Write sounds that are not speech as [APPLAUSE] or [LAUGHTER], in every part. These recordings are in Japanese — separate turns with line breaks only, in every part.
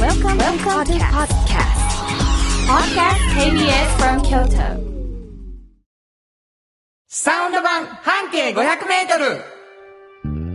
Welcome, to the podcast. Podcast KBS from Kyoto.
サウンド版半径500メートル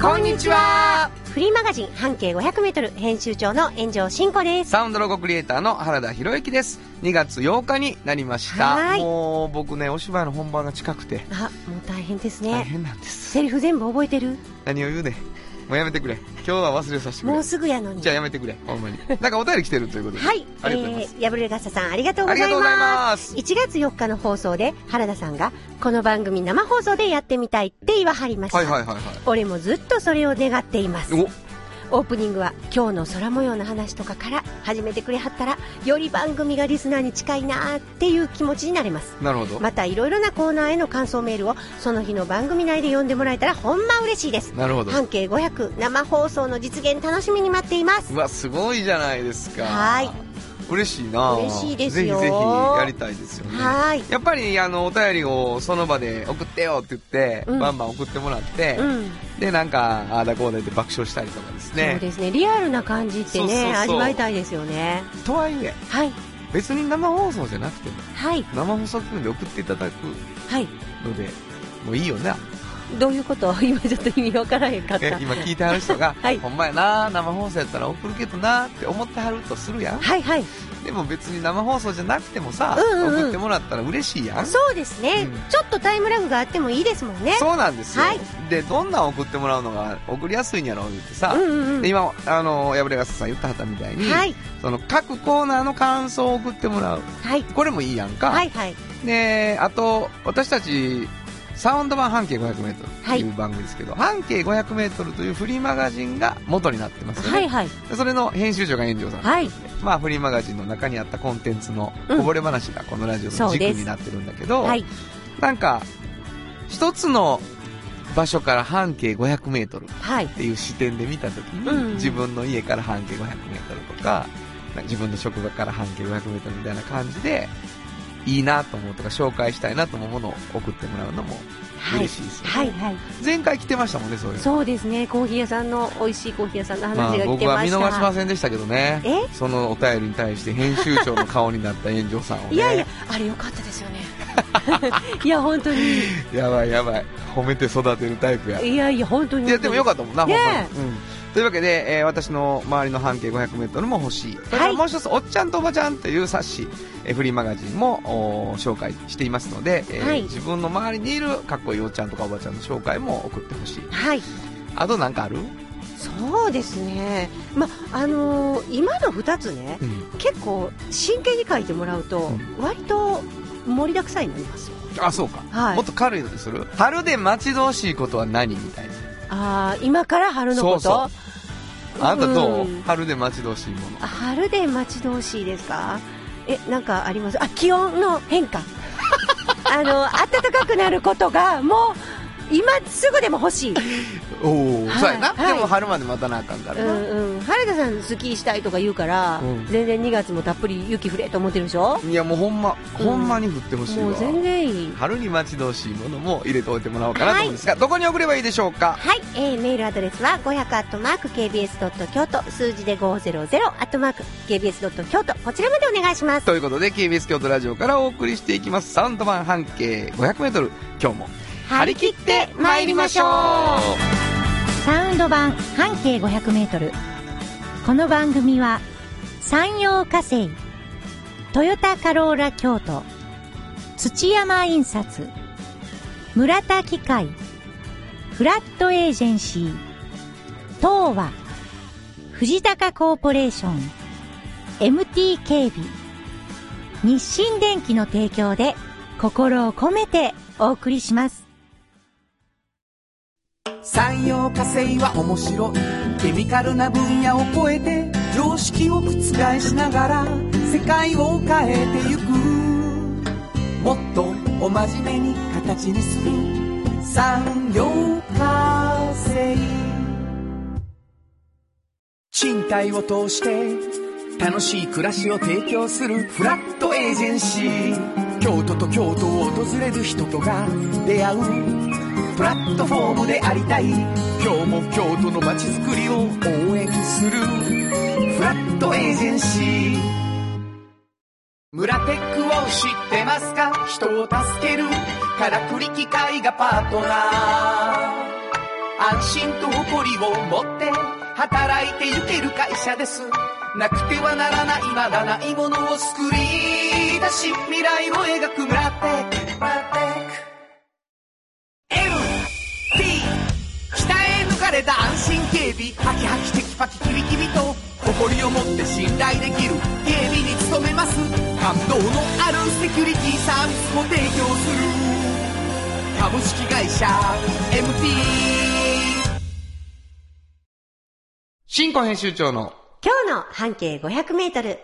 こんにちは
フリーマガジン半径 500m 編集長の炎上真子です。
サウンドロゴクリエイターの原田博之です2月8日になりました
はい
もう僕ねお芝居の本番が近くて
あ、もう大変です
大
ね。
変なんです
セリフ全部覚えてる
何を言うねんもうやめてくれ今日は忘れさせてく
も
れ
うすぐやのに。
じゃあやめてくれ、ほんまに。なんかお便り来てるということで。
はい。
ありがとうございます。
えー、破れ傘さんありがとうござい
ありがとうござい
ま。
ますす
1月4日の放送で原田さんが、この番組生放送でやってみたいって言わはりました。
はいはいはいはい。
俺もずっとそれを願っています。
お
オープニングは今日の空模様の話とかから始めてくれはったら、より番組がリスナーに近いなーっていう気持ちになれます。
なるほど。
またいろいろなコーナーへの感想メールをその日の番組内で読んでもらえたらほんま嬉しいです
なるほど。
半径500生放送の実現楽しみに待っています
うわ、すごいじゃないですか。
はーい。
嬉しいな
嬉しいですよ
ぜひぜひやりたいですよね。
はーい
やっぱり、あの、お便りをその場で送ってよって言って、
うん
バンバン送ってもらって、
うん
で、なんか、ああだこうだ言って爆笑したりとかです
そう
ね。
ですねリアルな感じってね
そうそうそう
味わいたいですよね
とはいえ、
はい
別に生放送じゃなくても、
はい
生放送っていうので送っていただく
はい
ので、もういいよな。
どういうこと [LAUGHS] 今ちょっと意味わからへんかった
え今聞いてはる人が、
[LAUGHS] はい
ほんまやな生放送やったら送るけどなって思ってはるとするやん
はいはい
でも別に生放送じゃなくてもさ、
うんうんうん
送ってもらったら嬉しいやん
そうですね、
うん
ちょっとタイムラグがあってもいいですもんね
そうなんですよ、
はい
でどんなん送ってもらうのが送りやすいんやろうってさ、
うんうんうん
で今あの破れがささん言ったはったみたいに、
はい
その各コーナーの感想を送ってもらう
はい
これもいいやんか、
はいはい
であと私たちサウンド版半径 500m という番組ですけど、半径 500m というフリーマガジンが元になってますよね、
はいはい
でそれの編集長が炎上さん、
はい
まあ、フリーマガジンの中にあったコンテンツの
うん
こぼれ話がこのラジオの
そう
軸
です
になってるんだけど、
はい
なんか一つの場所から半径 500m っ
はい
ていう視点で見た時に、
うん
自分の家から半径 500m とかなんか自分の職場から半径 500m みたいな感じでいいなと思うとか紹介したいなと思うものを送ってもらうのも
はい
嬉しいですよ、
はいはい
前回来てましたもんねそういうの
そうですね、コーヒー屋さんの、美味しいコーヒー屋さんの
まあ
話が来
僕
て
は
ま
見
した。
逃しませんでしたけどね
え
そのお便りに対して編集長の顔になった炎上さんをね
[LAUGHS] いやいや、あれ良かったですよね。
[LAUGHS]
いや、本当に。
やばいやばい褒めて育てるタイプやい
いやいや、本当に。
やでもよかったもんな、
ね
ほんまに、うん、というわけで、えー私の周りの半径 500m も欲しいそれからもう一つ「おっちゃんとおばちゃん」という冊子、えーフリーマガジンもおー紹介していますので、えー
はい
自分の周りにいるかっこいいおっちゃんとかおばちゃんの紹介も送ってほしい
はい。
あとなんかある、
そうですね。ま、あのー今の二つね、
うん、
結構真剣に書いてもらうと、割と盛りだくさんになりますよ。
あそうか、
はい
もっと軽いのにする春で待ち遠しいことは何みたいな
ああ、今から春のこと
そうあなたどう、
うん
春で待ち遠しいもの
春で待ち遠しいですかえなんかありますあ気温の変化 [LAUGHS] あの暖かくなることがもう今すぐでも欲しい、
おお、
はい
そうやな、
はい
でも春まで待たなあかんか
う
らな、
んうん、原田さんスキーしたいとか言うから、
うん
全然2月もたっぷり雪降れと思ってるでしょ
いやもうほんまほんまに降ってほしいわ、
もう全然いい
春に待ち遠しいものも入れておいてもらおうかなと思うんですが、どこに送ればいいでしょうか
はい、えーメールアドレスは5 0 0 k b s k y o t 数字で5 0 0 k b s k y o t こちらまでお願いします
ということで KBS 京都ラジオからお送りしていきますサウンド版半径 500m 今日も
張り切って参りましょう
サウンド版半径 500m この番組は山陽火星トヨタカローラ京都土山印刷村田機械フラットエージェンシー東和藤高コーポレーション MT 警備日清電機の提供で心を込めてお送りします
産業化成は面白いケミカルな分野を超えて常識を覆しながら世界を変えてゆくもっとお真面目に形にする産業化成賃貸を通して楽しい暮らしを提供するフラットエージェンシー京都と京都を訪れる人とが出会うプラットフォームでありたい今日も京都の街づくりを応援するフラットエージェンシー村テックを知ってますか人を助けるからくり機械がパートナー安心と誇りを持って働いてゆける会社ですなくてはならないまだないものを作り出し未来を描く村テック村テック MT 北へ抜かれた安心警備ハキハキテキパキキビキビと誇りを持って信頼できる警備に努めます感動のあるセキュリティサービスも提供する株式会社 MT
新庫編集長の
今日の半径500メートル。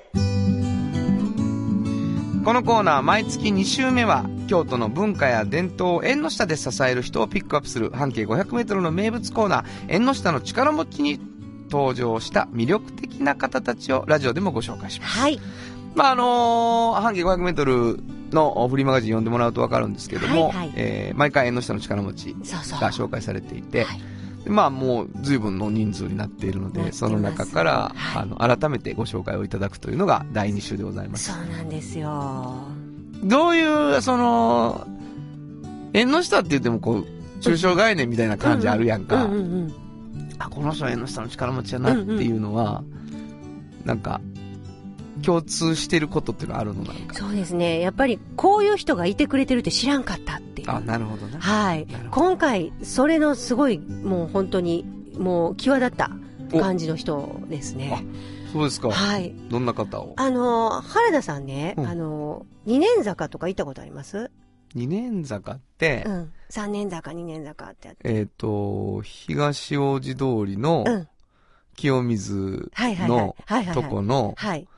このコーナー毎月2週目は京都の文化や伝統を縁の下で支える人をピックアップする半径 500m の名物コーナー縁の下の力持ちに登場した魅力的な方たちをラジオでもご紹介します。
はい。
まああのー半径 500m のフリーマガジン読んでもらうとわかるんですけども、
はいはい
えー毎回縁の下の力持ち
そうそう。
が紹介されていて、
はい
でまあもう随分の人数になっているの
なって
で、
ます
その中から、
はい
あの、改めてご紹介をいただくというのが第2週でございま
そ
す。
うなんですよ。
どういう、その、縁の下って言ってもこう、抽象概念みたいな感じあるやんか。
うんうんうん。
あ、この人は縁の下の力持ちやなっていうのは、なんか、共通してることっていうのはあるのなんか。
そうですね。やっぱりこういう人がいてくれてるって知らんかったっていう。
あ、なるほどな。
はい
なる。ほ
今回、それのすごい、もう本当に、もう際立った感じの人ですね。
そうですか。
はい。
どんな方を
あの、原田さんね、
うん
あの、二年坂とか行ったことあります
二年坂って、
うん。三年坂、二年坂ってやって。
えっ、と、東大路通りの
うん
清水
はいはいはい。
の
はいはい
と
はい
この、
はい。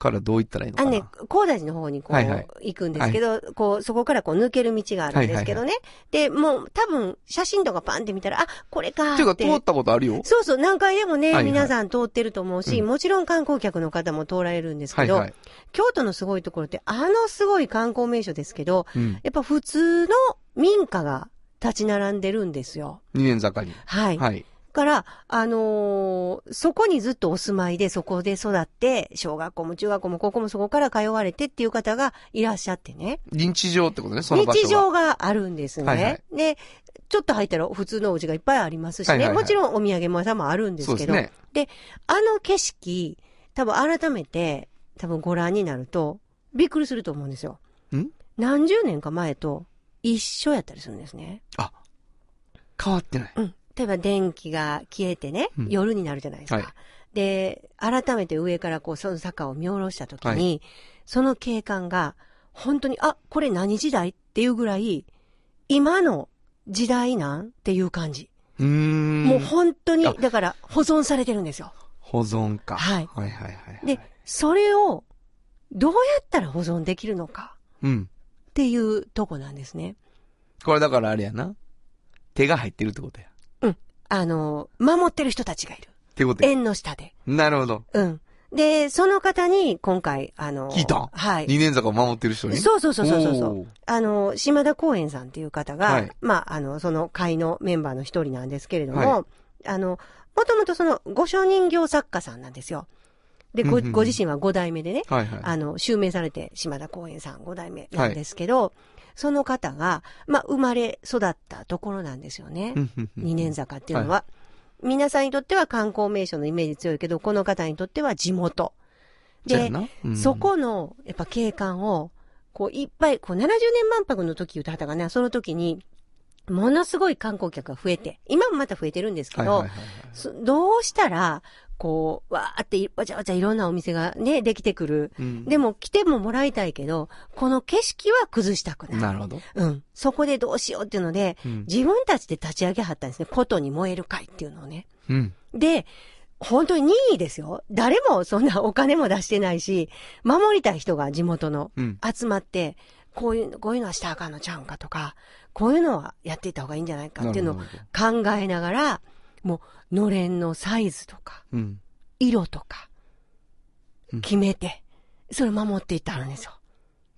からどう行ったらいいの
あ
か
の
な、
ね、高大寺の方にこう、
はいはい
行くんですけど、こう、そこからこう抜ける道があるんですけどね。で、もう多分、写真とかパンって見たら、あ、これかー
っていう
っ
か、
て。
通ったことあるよ。
そうそう、何回でもね、
はいはい
皆さん通ってると思うし、
うん
もちろん観光客の方も通られるんです
は
け
い
ど、
はい。
京都のすごいところって、あのすごい観光名所ですけど、
うん。
やっぱ普通の民家が立ち並んでるんですよ。
二年坂に。
はい。だ
はい。
から、あのーそこにずっとお住まいで、そこで育って、小学校も中学校も高校もそこから通われてっていう方がいらっしゃってね。
日常ってことね、その場所は。
日常があるんですね。
はいはい
で、ちょっと入ったら普通のお家がいっぱいありますしね。
はいはいはい
もちろんお土産屋さんもあるんです
そうで
け
す
ど、
ね。
あの景色、多分改めて、多分ご覧になると、びっくりすると思うんですよ。
ん
何十年か前と一緒やったりするんですね。
変わってない。
うん。例えば電気が消えてね、
うん
夜になるじゃないですか。
はい
で、改めて上からこう、その坂を見下ろした時に、
は
その景観が、本当に、あ、これ何時代っていうぐらい、今の時代なんっていう感じ。
うーん。
もう本当に
あ、
だから保存されてるんですよ。
保存か。
はい
はいはいはい。
で、それを、どうやったら保存できるのか
うん。
っていうとこなんですね。
これだからあれやな。手が入ってるってことや。っ
あの、守ってる人たちがいる。
てことや。
縁の下で。
なるほど。
うん。で、その方に、今回、あの、
聞いた
はい。
二年坂を守ってる人に。
そうそうそうそうそうそう
おー。
あの、島田公園さんっていう方が、
はい
まあ、あの、その会のメンバーの一人なんですけれども、
は
あの、もともとその、ご承人形作家さんなんですよ。で、ご、
うんうんうん
ご自身は5代目でね、
はいはい。
あの、襲名されて、島田公園さん5代目なんですけど、その方が、まあ、生まれ育ったところなんですよね。
うんうんうん
二年坂っていうのは、皆さんにとっては観光名所のイメージ強いけど、この方にとっては地元。
そうや
で、
なうん
そこの、やっぱ景観を、こういっぱい、こう70年万博の時言った方がね、その時に、ものすごい観光客が増えて、今もまた増えてるんですけ
はい
ど、
はいはいはい
そどうしたら、こう、わーってい、わちゃわちゃいろんなお店がね、できてくる。
うん
でも来てももらいたいけど、この景色は崩したくない。
なるほど。
うん。そこでどうしようっていうので、
うん
自分たちで立ち上げはったんですね。ことに燃える会っていうのをね。
うん。
で、本当に任意ですよ。誰もそんなお金も出してないし、守りたい人が地元の
うん。
集まって、こういう、こういうのはしたらあかんのちゃうんかとか、こういうのはやっていった方がいいんじゃないかっていうのを
なるほど
考えながら、もう、のれんのサイズとか、
うん。
色とか、決めて、それを守っていったんですよ。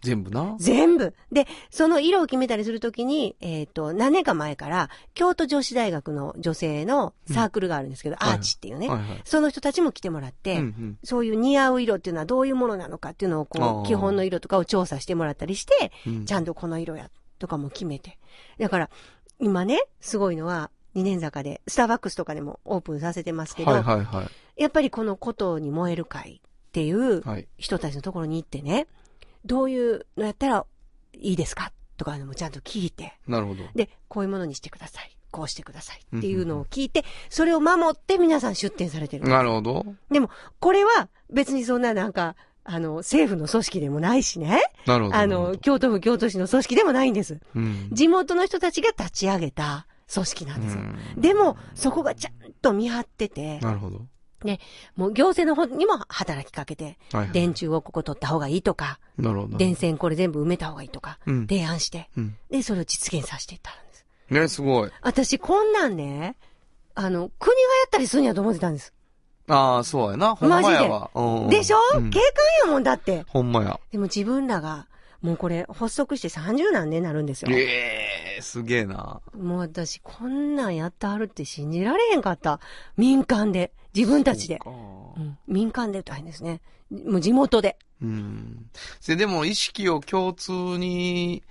全部な。
全部。で、その色を決めたりするときに、えっ、と、何年か前から、京都女子大学の女性のサークルがあるんですけど、
い
アーチっていうね、
はいはい
その人たちも来てもらって、
うんうん
そういう似合う色っていうのはどういうものなのかっていうのをこ
あー
う、基本の色とかを調査してもらったりして、
うん
ちゃんとこの色や、とかも決めて。だから、今ね、すごいのは、二年坂で、スターバックスとかでもオープンさせてますけど、
はいはいは
やっぱりこのことに燃える会っていう
い。はい。
人たちのところに行ってね、どういうのやったらいいですかとかいうのもちゃんと聞いて、
なるほど。
で、こういうものにしてください。こうしてくださいっていうのを聞いて、それを守って皆さん出展されてる。
なるほど。
でも、これは別にそんななんか、あの、政府の組織でもないしね。
なるほど。
あ
なるほ
の、
ど
京都府京都市の組織でもないんです。
うん。
地元の人たちが立ち上げた組織なんですよ。
うん
でも、そこがちゃんと見張ってて、
なるほど。
もう行政の方にも働きかけて、
はいはい。
電柱をここ取った方がいいとか、
なるほど。
電線これ全部埋めた方がいいとか、
うん
提案して、
うん。
で、それを実現させていったんです。
ね、すごい。
私、こんなんね、あの、国がやったりするんやと思ってたんです。
ああ、そうやな。ほんまやわ。うん
でしょ、
うん
警官やもんだって。
ほんまや。
でも自分らが、もうこれ、発足して30何年になるんですよ。
ええー、すげえな。
もう私、こんなんやってはるって信じられへんかった。民間で。自分たちで。
そう
う
か
ん、民間で大変ですね。もう地元で。
うん。で、でも意識を共通に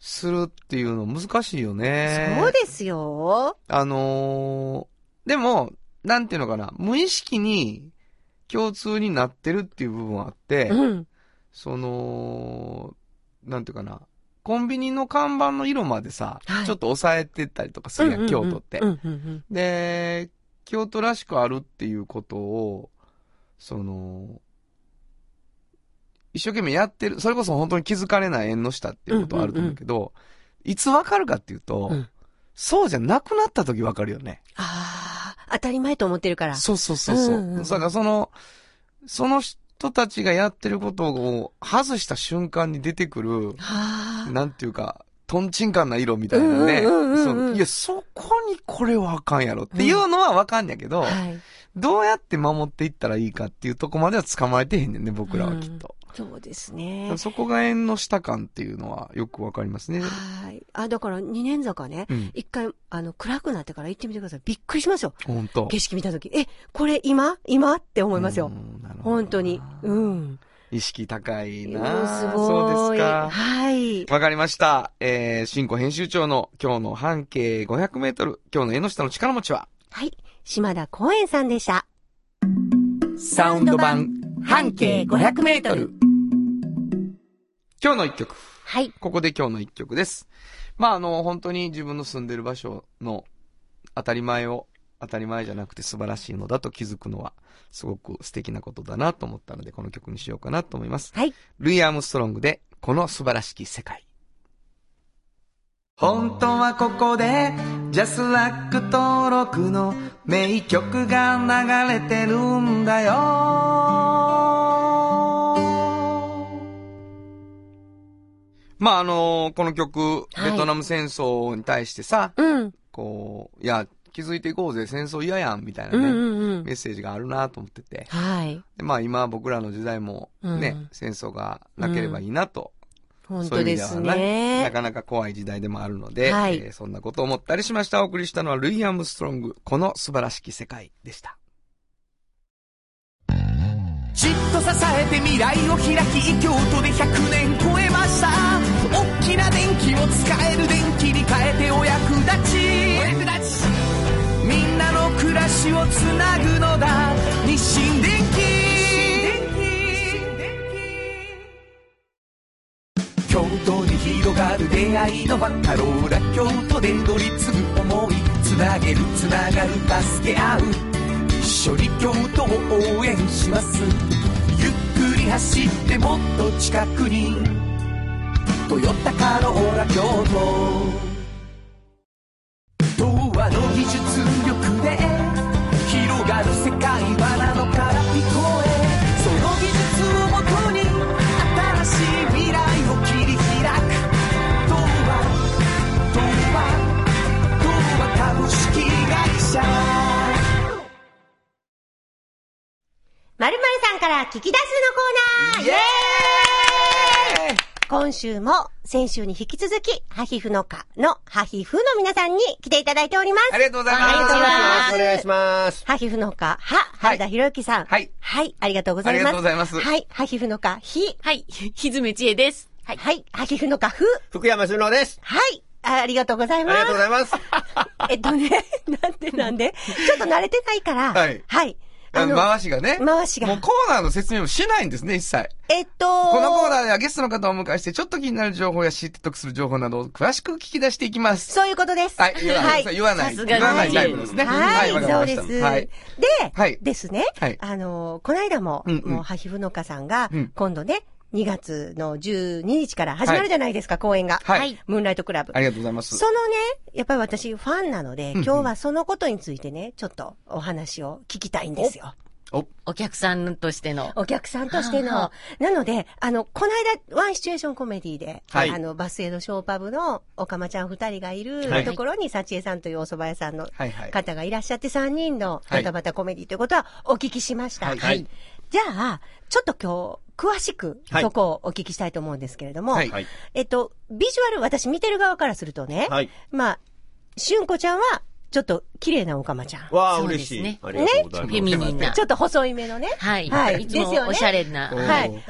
するっていうの難しいよね。
そうですよ。
あのーでも、なんていうのかな、無意識に共通になってるっていう部分はあって、
うん。
その、なんていうかな、コンビニの看板の色までさ、
はい
ちょっと抑えてったりとかするやん、
うんうんうん
京都って、
うんうんうん。
で、京都らしくあるっていうことを、その、一生懸命やってる、それこそ本当に気づかれない縁の下っていうことはあると思うけど、いつわかるかっていうと、
うん
そうじゃなくなった時わかるよね。
ああ、当たり前と思ってるから。
そうそうそうそう。
うんうんうん
だからその、その人たちがやってることを外した瞬間に出てくる、
はあ。
なんていうか、トンチンカンな色みたいなね。
うんうんうんうん
そのいや、そこにこれはあかんやろっていうのはわかんやけど、
はい。
どうやって守っていったらいいかっていうとこまでは捕まえてへんねんね、僕らはきっと。
そうです
だ
ね
から。そこが縁の下感っていうのはよくわかりますね。
はい。あ、だから二年坂ね
う。ん。
一回、あの、暗くなってから行ってみてください。びっくりしますよ。
本当。
景色見たとき。え、これ今今って思いますよ
う。ん。なるほどな
本当に。うん。
意識高い
うん
な
すごい。
そうですか。
はい。
わかりました。えー、新庫編集長の今日の半径500メートル、今日の縁の下の力持ちは、
はい。島田公園さんでした。
サウンド版半径500メートル
今日の一曲。
はい。
ここで今日の一曲です。まあ、あの、本当に自分の住んでる場所の当たり前を、当たり前じゃなくて素晴らしいのだと気づくのは、すごく素敵なことだなと思ったので、この曲にしようかなと思います。
はい。
ルイ・アームストロングで、この素晴らしき世界。本当はここで、ジャスラック登録の名曲が流れてるんだよ。まあ、あのこの曲、
はい
ベトナム戦争に対してさ、
うん。
こう、いや、気づいていこうぜ、戦争嫌やん、みたいな
う
ね、
んうんうん。
メッセージがあるなと思ってて。
はい。
でまあ今僕らの時代もね、
うん
戦争がなければいいなと、
本
そうい
当
う意
で
味
す
はね、な
ね。
かなか怖い時代でもあるので、
はい
えーそんなことを思ったりしました。お送りしたのはルイ・アームストロング、この素晴らしき世界でした。
じっと支えて未来を開き京都で100年超えました大きな電気を使える電気に変えてお役立ちお役立ちみんなの暮らしをつなぐのだ日清電気京都に広がる出会いのバカローラ京都で乗り継ぐ思いつなげるつながる助け合う一緒に京都を応援しますゆっくり走ってもっと近くに「トヨタカローラ京都」「童話の技術力で広がる世界はなのから聞こえ」「その技術をもとに新しい未来を切り開く」「童話童話童話株式会社」
まるさんから
聞き出すのコーナー
イエーイ
今週も先週に引き続き、ハヒフの科のハヒフの皆さんに来ていただいております。
ありがとうございます。
こんにちは
お願いします。
ハヒフの科、は、原田博之さん。
はい
はい、ありがとうございます。
ありがとうございます
はい、ハヒフの科、ひ、
はい。ひずめちえです。
はい、ハヒフの科、ふ、
福山修郎です。
はい、あありがとうござい
あ
ま
り
す。
がとうございます。
えっとね、 [LAUGHS] なんでなんでちょっと慣れてないから。
はい
はい。
あ
あ
の、
の、
回しがね。
回しが
もうコーナーの説明もしないんですね、一切。
えっと、
このコーナーではゲストの方をお迎えして、ちょっと気になる情報や知って得する情報などを詳しく聞き出していきます。
そういうことです。
はい、言わない。
は
言わない。
さすが
言わない
に
タイプですね。
はい、
わかり
そう
まし
で
た
す。
はい
で。、
はい
ですね、
はい
あの、この間も、
うんうん
もう、ハヒフノカさんが、
うん
今度ね、2月の12日から始まるじゃないですか、公演が。
はい
ムーンライトクラブ。
ありがとうございます。
そのね、やっぱり私ファンなので、
んうん
今日はそのことについてね、ちょっとお話を聞きたいんですよ。
お客さんとしての。
お客さんとして
は
の。なので、あの、この間、ワンシチュエーションコメディで、
はい
あの、バスエドショーパブのおかまちゃん二人がいる
はい
ところに、幸恵さんというお蕎麦屋さんの
はいはい。
方がいらっしゃって3人の
は
バ
い
タバタコメディということはお聞きしました。
はい
はい
じゃあ、ちょっと今日、詳しく
はい
そこをお聞きしたいと思うんですけれども、
はい
はい。
えっと、ビジュアル、私見てる側からするとね、
はい。
まあ、しゅんこちゃんは、ちょっと綺麗なおかまちゃん。
わあ、
そうで
嬉
す
しい
ね。
ありがとうござい
フ
ます。
ェミニンな
ち。ょっと細い目のね。
はい。
はい
いつも
ですよね
おしゃれな。
おー
はい。ほんで、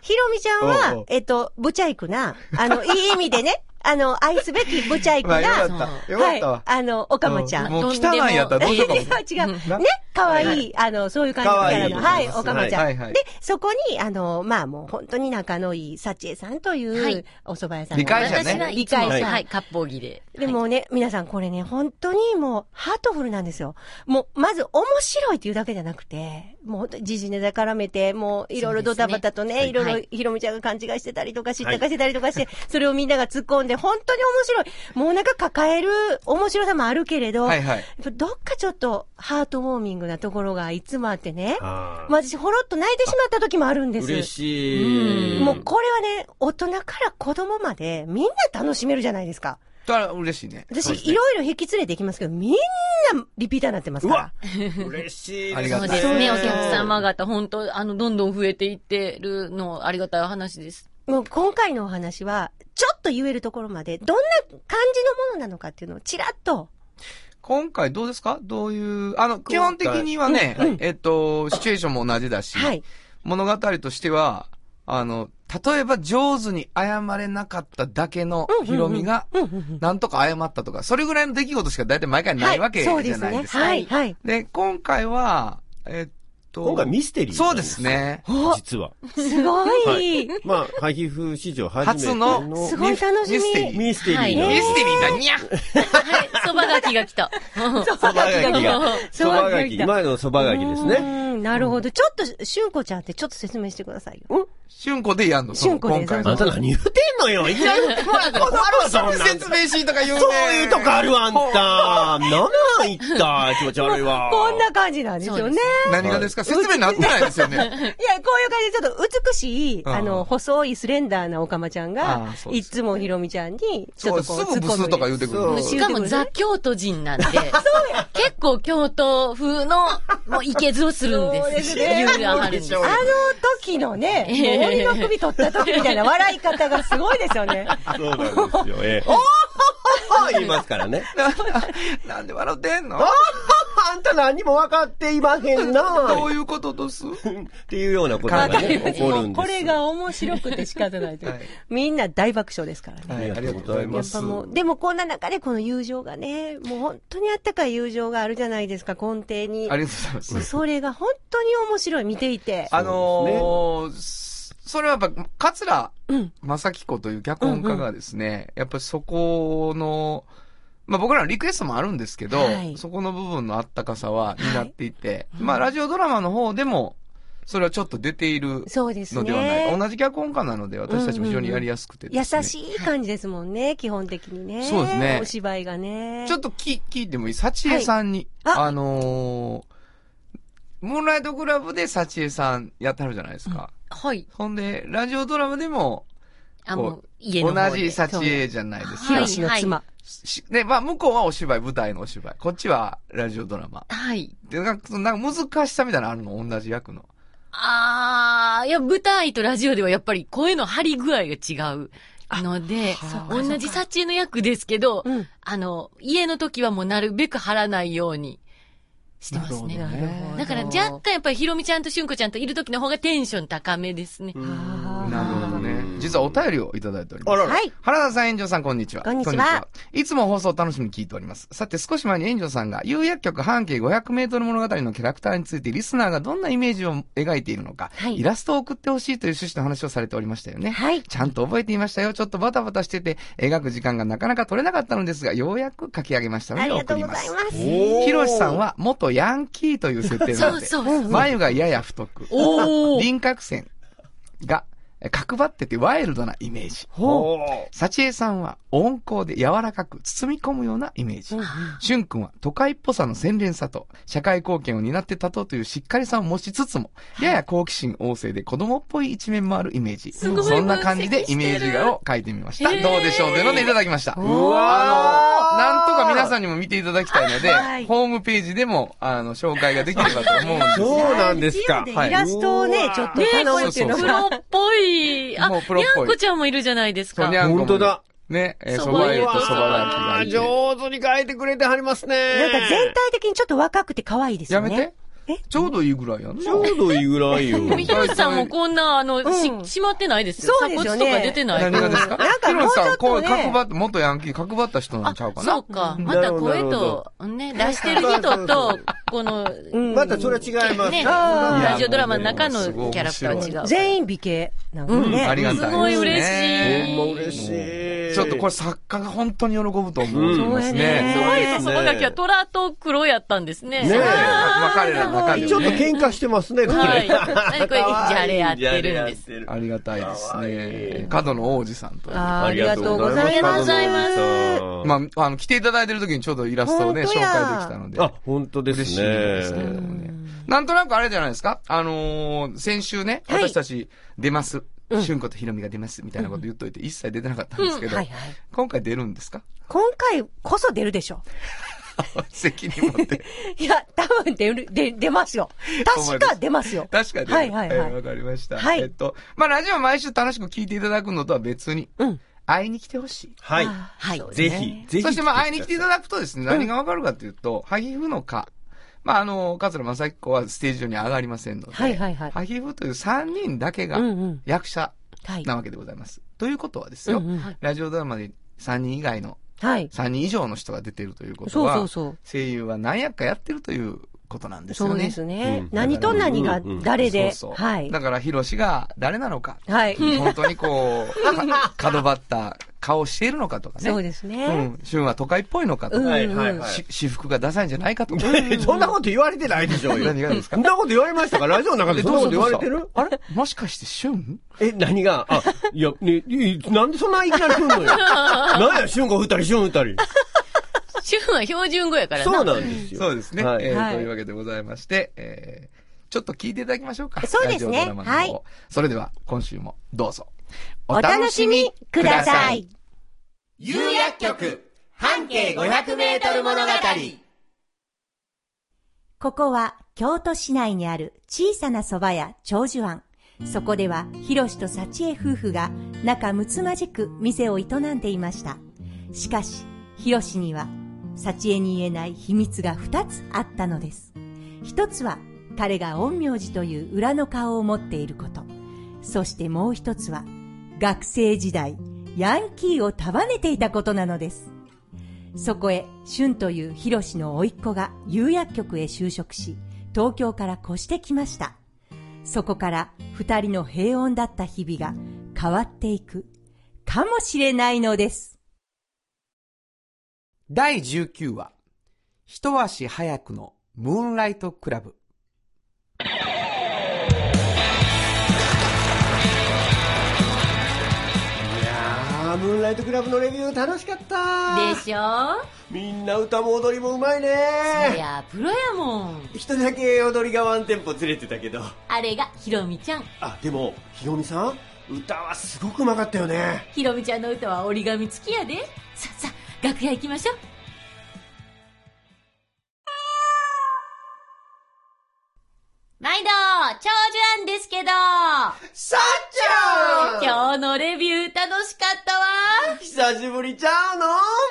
ひろみちゃん
おうお
は
う、
えっと、ブチャイクな、あの、いい意味で
[LAUGHS]
ね、あの、愛すべきブチャイク
ま
な、
あ、よかっ
は
た。よかったわ
い、。あの、おかまちゃん。
もう汚いやったらどうしようかも。
違 [LAUGHS] う違う。
な
ね、可愛いあの、そういう感じのキャラの、[LAUGHS]
可
は
愛
い、
い
おかまちゃん。
はいはい
で、そこに、あの、まあもう本当に仲のいい、サチエさんとい
は
う
い、
お蕎麦屋さんの
理解者ね
私はい
理
つも、
解
はい、
者。
はい、割烹着で。
でもね、皆さんこれね、本当にもう、ハートフルなんですよ。もう、まず面白いっていうだけじゃなくて、もう本当に時事ネタ絡めて、もういろいろドタバタと
そう
ね、
です
い
ね
ろ
はい
ろ
い
ひろみちゃんが勘違いしてたりとか、知ったかし
は
てたりとかして、それをみんなが突っ込んで、本当に面白い。もうなんか抱える面白さもあるけれど、
はい
や
はい。
っぱどっかちょっとハートウォーミングなところがいつもあってね、
あー
まあ、私ほろっと泣いてしまった時もあるんです。
嬉しい。
もうこれはね、大人から子供までみんな楽しめるじゃないですか。
だから嬉しいね。
私、いろいろ引き連れていきますけど、みんなリピーターになってます
う
から
わ。嬉しい。
ありが
そ
とう
うですね、
そ
お
う
客様方、本当あの、どんどん増えていってるの、ありがたいお話です。
もう今回のお話は、ちょっと言えるところまで、どんな感じのものなのかっていうのをちらっと。
今回どうですかどういう、あの、基本的にはね、えっと、シチュエーションも同じだし、
はい。
物語としては、あの、例えば上手に謝れなかっただけの
うんうんうん
ヒロミが、
うんうんうん。
なんとか謝ったとか、それぐらいの出来事しか大体毎回ないわけじゃないですか。
はい、そうですね。はい、はい。
で、今回は、えっと、
今回ミステリー。
そうです。ね。
お
実は。
すご。
はいまあ、ハギフ史上初めて
初
の
の
すごい楽しみ
ミステリー。
ミステリー
は
の
い
ミステリーだ、にゃ
はい、そばがきが来た。
そう
そばがきが。
そ
そ
ばが
ばが
き
き。
だ
前のそばがきです
う
ね。
んなるほど。ちょっと、しゅんこちゃんってちょっと説明してくださいよ。
春子でやんの、その
春子で
今回
そ
あ
うそ
ん
の
う。
た何言うてんのよいきなり困るわ、そんなん。
説明しとか言うね。
そういうとこあるわ、あんた。なんなん一体気持ち悪いわ。
こんな感じなんですよ
そう
ね
で。
何がですか説明になってないですよね。
いや、こういう感じで、ちょっと美しい、
うん
あの、細いスレンダーなオカマちゃん
あ
が
ー、そうで
い
す
つもひろみちゃんに、ちょ
そ
っ
う、
とこう、
すぐブスとか言うてくる。
そう
しかもザ・京都人なんで、結構京都風の、もう、いけずをするん
そうで
ですす。
ね
優雅あるんです。
あの時のね、もう鬼の首取った時みたいな笑い方がすごいですよ
[LAUGHS]
ね。
そうなんですよ。ええ。おー言いますからね。
[LAUGHS] なんで笑ってんの
あんた何も分かっていまへん
ど
な
ういうことどす
っていうようなこと
[LAUGHS]
がね、起こ
も
る
うん
で
こ
す。
れ。が面白くて仕方ないという
はい
みんな大爆笑ですからね。
はい、ありがとうござい
や
ま
っ
す。
ぱもう、でもこんな中でこの友情がね、もう本当にあったかい友情があるじゃないですか、根底に
あ。りがとうございます。
それが本当に面白い、見ていて。
あのー、それはやっぱ、桂正彦という脚本家がですね、やっぱりそこの、まあ僕らのリクエストもあるんですけど
はい、
そこの部分のあったかさは担っていて、まあラジオドラマの方でも、それはちょっと出ている
そうです
の
ね
ではないか。同じ脚本家なので私たちも非常にやりやすくてで
優
すね
しい感じですもんね、基本的にね。
そうですね
お芝居がね。
ちょっとき聞いてもいい幸恵さんに、
はいあ
あのー、ムーンライトクラブで幸恵さんやってはるじゃないですか。
はい。
ほんで、ラジオドラマでも、
あの
こ、
家の
同
方で。
じ幸恵じゃないです
そ
か。
う
ヒ
は
ロ
い
シの妻。
しで、まあ、向こうはお芝居、舞台のお芝居。こっちはラジオドラマ。
はい。
で、なんか、そのなんか難しさみたいなのあるの同じ役の。
あー、いや、舞台とラジオではやっぱり声の張り具合が違うので、同じサチの役ですけど、
うん
あの、家の時はもうなるべく張らないようにしてますね。
なるほどね
だから若干やっぱりひろみちゃんとしゅんこちゃんといる時の方がテンション高めですね。
あー
なるほどね。実はお便りをいただいております。
あらら。
はい。
原田さん、炎上さん、こんにちは。
こんにちはい
つも放送を楽しみに聞いております。さて、少し前に炎上さんが、有薬局半径500メートル物語のキャラクターについて、リスナーがどんなイメージを描いているのか、
はい
イラストを送ってほしいという趣旨の話をされておりましたよね。
はい。
ちゃんと覚えていましたよ。ちょっとバタバタしてて、描く時間がなかなか取れなかったのですが、ようやく書き上げましたの
あ
で
りが
送
とう
り
ご
ま
ざい
す。
ます。
おー
ひろしさん、は元ヤンキーという設定な
そ
の
う
で、
そうそう。
眉がやや太く、
おー
輪郭線がえ角張っててワイルドなイメージ。
お
幸江さんは温厚で柔らかく包み込むようなイメージ。俊君は都会っぽさの洗練さと、社会貢献を担って立とうというしっかりさを持ちつつも、やや好奇心旺盛で子供っぽい一面もあるイメージ。
すごい
そんな感じでイメージ画を描いてみました。
へー
どうでしょうというのでいただきました。あの、
わー
なんとか皆さんにも見ていただきたいので、
はい
ホームページでも、あの、紹介ができればと思うんです
そう
よ。
なんですか
自由
はい
イラストをね
うわ、ー
ちょっと
ね
頼
え、こ
む
そ
れ
う
ってい
そう
の
う
プ
が。
ロっぽい。あ、
もうプロっぽい
にゃんこちゃんもいるじゃないです
そう
か。
にゃんこも
本当だ。
ね、えー、
そ
そ
ば
ば
湯
湯
と
とそば
蕎
だきがいい。
上手に書いてくれてはりますね。
なんか全体的にちょっと若くて可愛いです
や
よね。
めて。
え
ちょうどいいぐらいやんな。
[LAUGHS]
ちょうどいいぐらいよ。
でもひろしさんもこんな、あの、し、
うん
閉まってないですよ。
そうですよね
鎖骨とか出てない。
何がですか
なんかもうちょっとね
ヒロさん、こう、角張って、元ヤンキー、角張った人なんちゃうかな
そうか。
うん
また
な
声
るほど
と、ね、出してる人と、この、
うん
またそれは違います。
ね、
あー
ラジオドラマの中のキャラクターは違う。
全員美形なんかね。
ありがたいです
ごい嬉し
ほ
い
んま嬉しい。
ちょっとこれ作家が本当に喜ぶと思
うん
いますね。
す
そう
ご
や
い
ね
とそばがきは虎と黒やったんですね。
ねえ
まあ彼らの中
ち
で
ょ
も
っと
ね。
喧嘩してますね、これ。
はい。何これ、じ
可愛い
ゃれ合ってるんです。。
ありがたいです
かわい
ね
い。
角野王子さんという。ま
あーありがとうございます。
ま
あ、あの、来ていただいてる時にちょうどイラストをね、紹
本
介
当や
できたので
あ、。あ、本当ですね。
嬉しいですけれどもね。なんとなくあれじゃないですかあのー先週ね、
はい
私たち出ます。しゅんことひろみが出ますみたいなこと言っといて、一切出てなかったんですけど
はい、はい。
今回出るんです
[LAUGHS]
か
今回こそ出るでしょ。
責任持って。
いや、多分出る、出、出ますよ。確か出ますよ。
確かにね。
はいはいはい
えーわかりました。
はい
えっと、まあ、ラジオ毎週楽しく聞いていただくのとは別に、
うん
会いに来てほしい。
はい。
はい。
ぜひ、ぜひ。
そして、まあ、会いに来ていた
だ
だくとですね、何がわかるかというと、萩生のか、まあ、あの、桂正彦はステージ上に上がりませんので、
はいはいはい。
萩生という3人だけが
うんうん。
役者
はい。
なわけでございます。ということはです
うん
よ、
うん
ラジオドラマで3人以外の、
はい。
3人以上の人が出てるということ
そう
は、
そうそう。
声優は何役かやってるということなんですよ
そ
ね。
うです
う
ね
ん。
何と何が誰で
そうそ。う
はい。
だから、ヒロシが誰なのか。
はい。
[LAUGHS] 本当にこう、か
[LAUGHS]
角張った顔しているのかとかね。
そうです
う
ね。
ん。旬は都会っぽいのかと
うん
か、
はいはいはい
し私服がダサいんじゃないかとか。
そ [LAUGHS] んなこと言われてないでしょうよ。
何がですか
そんなこと言われましたかラジオの中でそんなこと言われてる
あれもしかして旬
え、何があ、いや、ね、いなんでそんないきなり来んの [LAUGHS] よ。なんや、瞬間振ったり、瞬打ったり。
[LAUGHS] 主婦は標準語やから
そう
な。
なんですよ。
そうですね、
はい
えー
はい
というわけでございまして、えーちょっと聞いていただきましょうか。
そうですね
ラジオドラマの方
はい
それでは、今週もどうぞ。
お楽しみください。。
有薬局半径500メートル物語
ここは京都市内にある小さな蕎麦屋長寿庵。そこでは、ひろしと幸恵夫婦が仲睦まじく店を営んでいました。しかし、ひろしには、幸恵に言えない秘密が二つあったのです。一つは、彼が陰陽師という裏の顔を持っていること。そしてもう一つは、学生時代、ヤンキーを束ねていたことなのです。そこへ、俊というヒロシの甥っ子が釉薬局へ就職し、東京から越してきました。そこから二人の平穏だった日々が変わっていく、かもしれないのです。
第19話一足早くのムーンライトクラブ
いやー、ムーンライトクラブのレビュー楽しかった
でしょ
みんな歌も踊りもうまい
い
ね
や、プロやもん。
一人だけ踊りがワンテンポずれてたけど。
あれがひろみちゃん。
あ、でも、ひろみさん、歌はすごくうまかったよね。
ひろみちゃんの歌は折り紙付きやで。さあさあ、楽屋行きましょう。毎度、長寿庵でけど、
さっちゃん
今日のレビュー楽しかったわ。
久しぶりちゃうの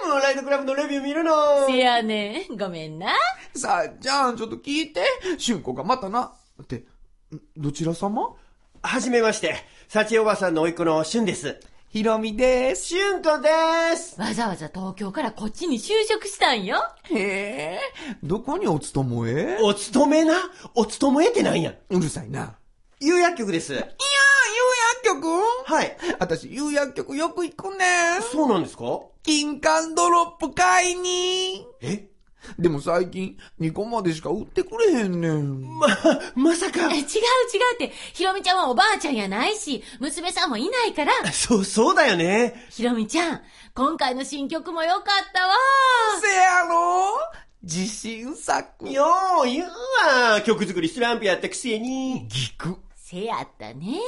ムーンライトクラブのレビュー見るの
せやねん。ごめんな。
さあ、じゃあ、ちょっと聞いて。しゅんこがまたな。って、んどちら様
はじめまして、幸おばさんの甥いっ子のしゅんです。
ひろみです。
しゅんこです
わざわざ東京からこっちに就職したんよ。
へえ、どこにお勤め
お勤めなお勤めってなんや
うるさいな。
有薬局で
あ、
す。
有薬局
はい。
私、有薬局よく行くねん。
そうなんですか
金管ドロップ買いに。
え
でも最近、2個までしか売ってくれへんねん。
ま、まさか
え違う違うって、ひろみちゃんはおばあちゃんやないし、娘さんもいないから、
そう、そうだよね。
ひろみちゃん、今回の新曲もよかったわ。
せやろ自信作。
よう言うわ。曲作りスランプやったくせに。
ぎく。
せやったね。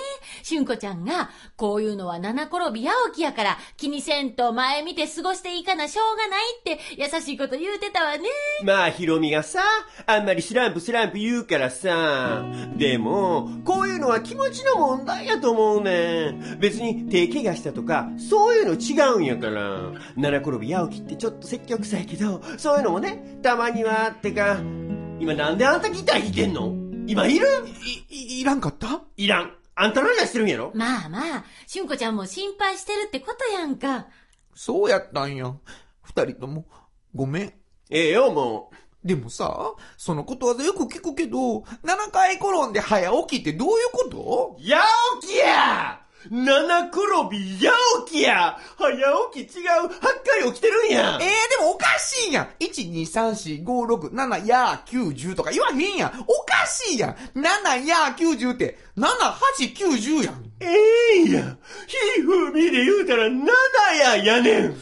しゅんこちゃんが、こういうのは七転び八起きやから、気にせんと前見て過ごしていいかな、しょうがないって、優しいこと言うてたわね。
まあ、ヒロミがさ、あんまりスランプスランプ言うからさ。でも、こういうのは気持ちの問題やと思うねん。別に手怪我したとか、そういうの違うんやから。七転び八起きってちょっと積極臭いけど、そういうのもね、たまには、ってか、今なんであんたギター弾いてんの今いる
い、い、いらんかった
いらん。あんたら話してるんやろ
まあまあ、しゅんこちゃんも心配してるってことやんか。
そうやったんや。二人とも、ごめん。
ええよ、もう。
でもさ、そのことわざよく聞くけど、7回転んで早起きってどういうこと
八起きや七転び八起きや早起き違う八回起きてるんや
ええー、でもおかしいやん !1、2、3、4、5、6、7、やー、9、10とか言わへんやんおかしいやん !7、やー、9、10って、7、8、9、10やん
ええんやひふみで言うたら七ややねん
そ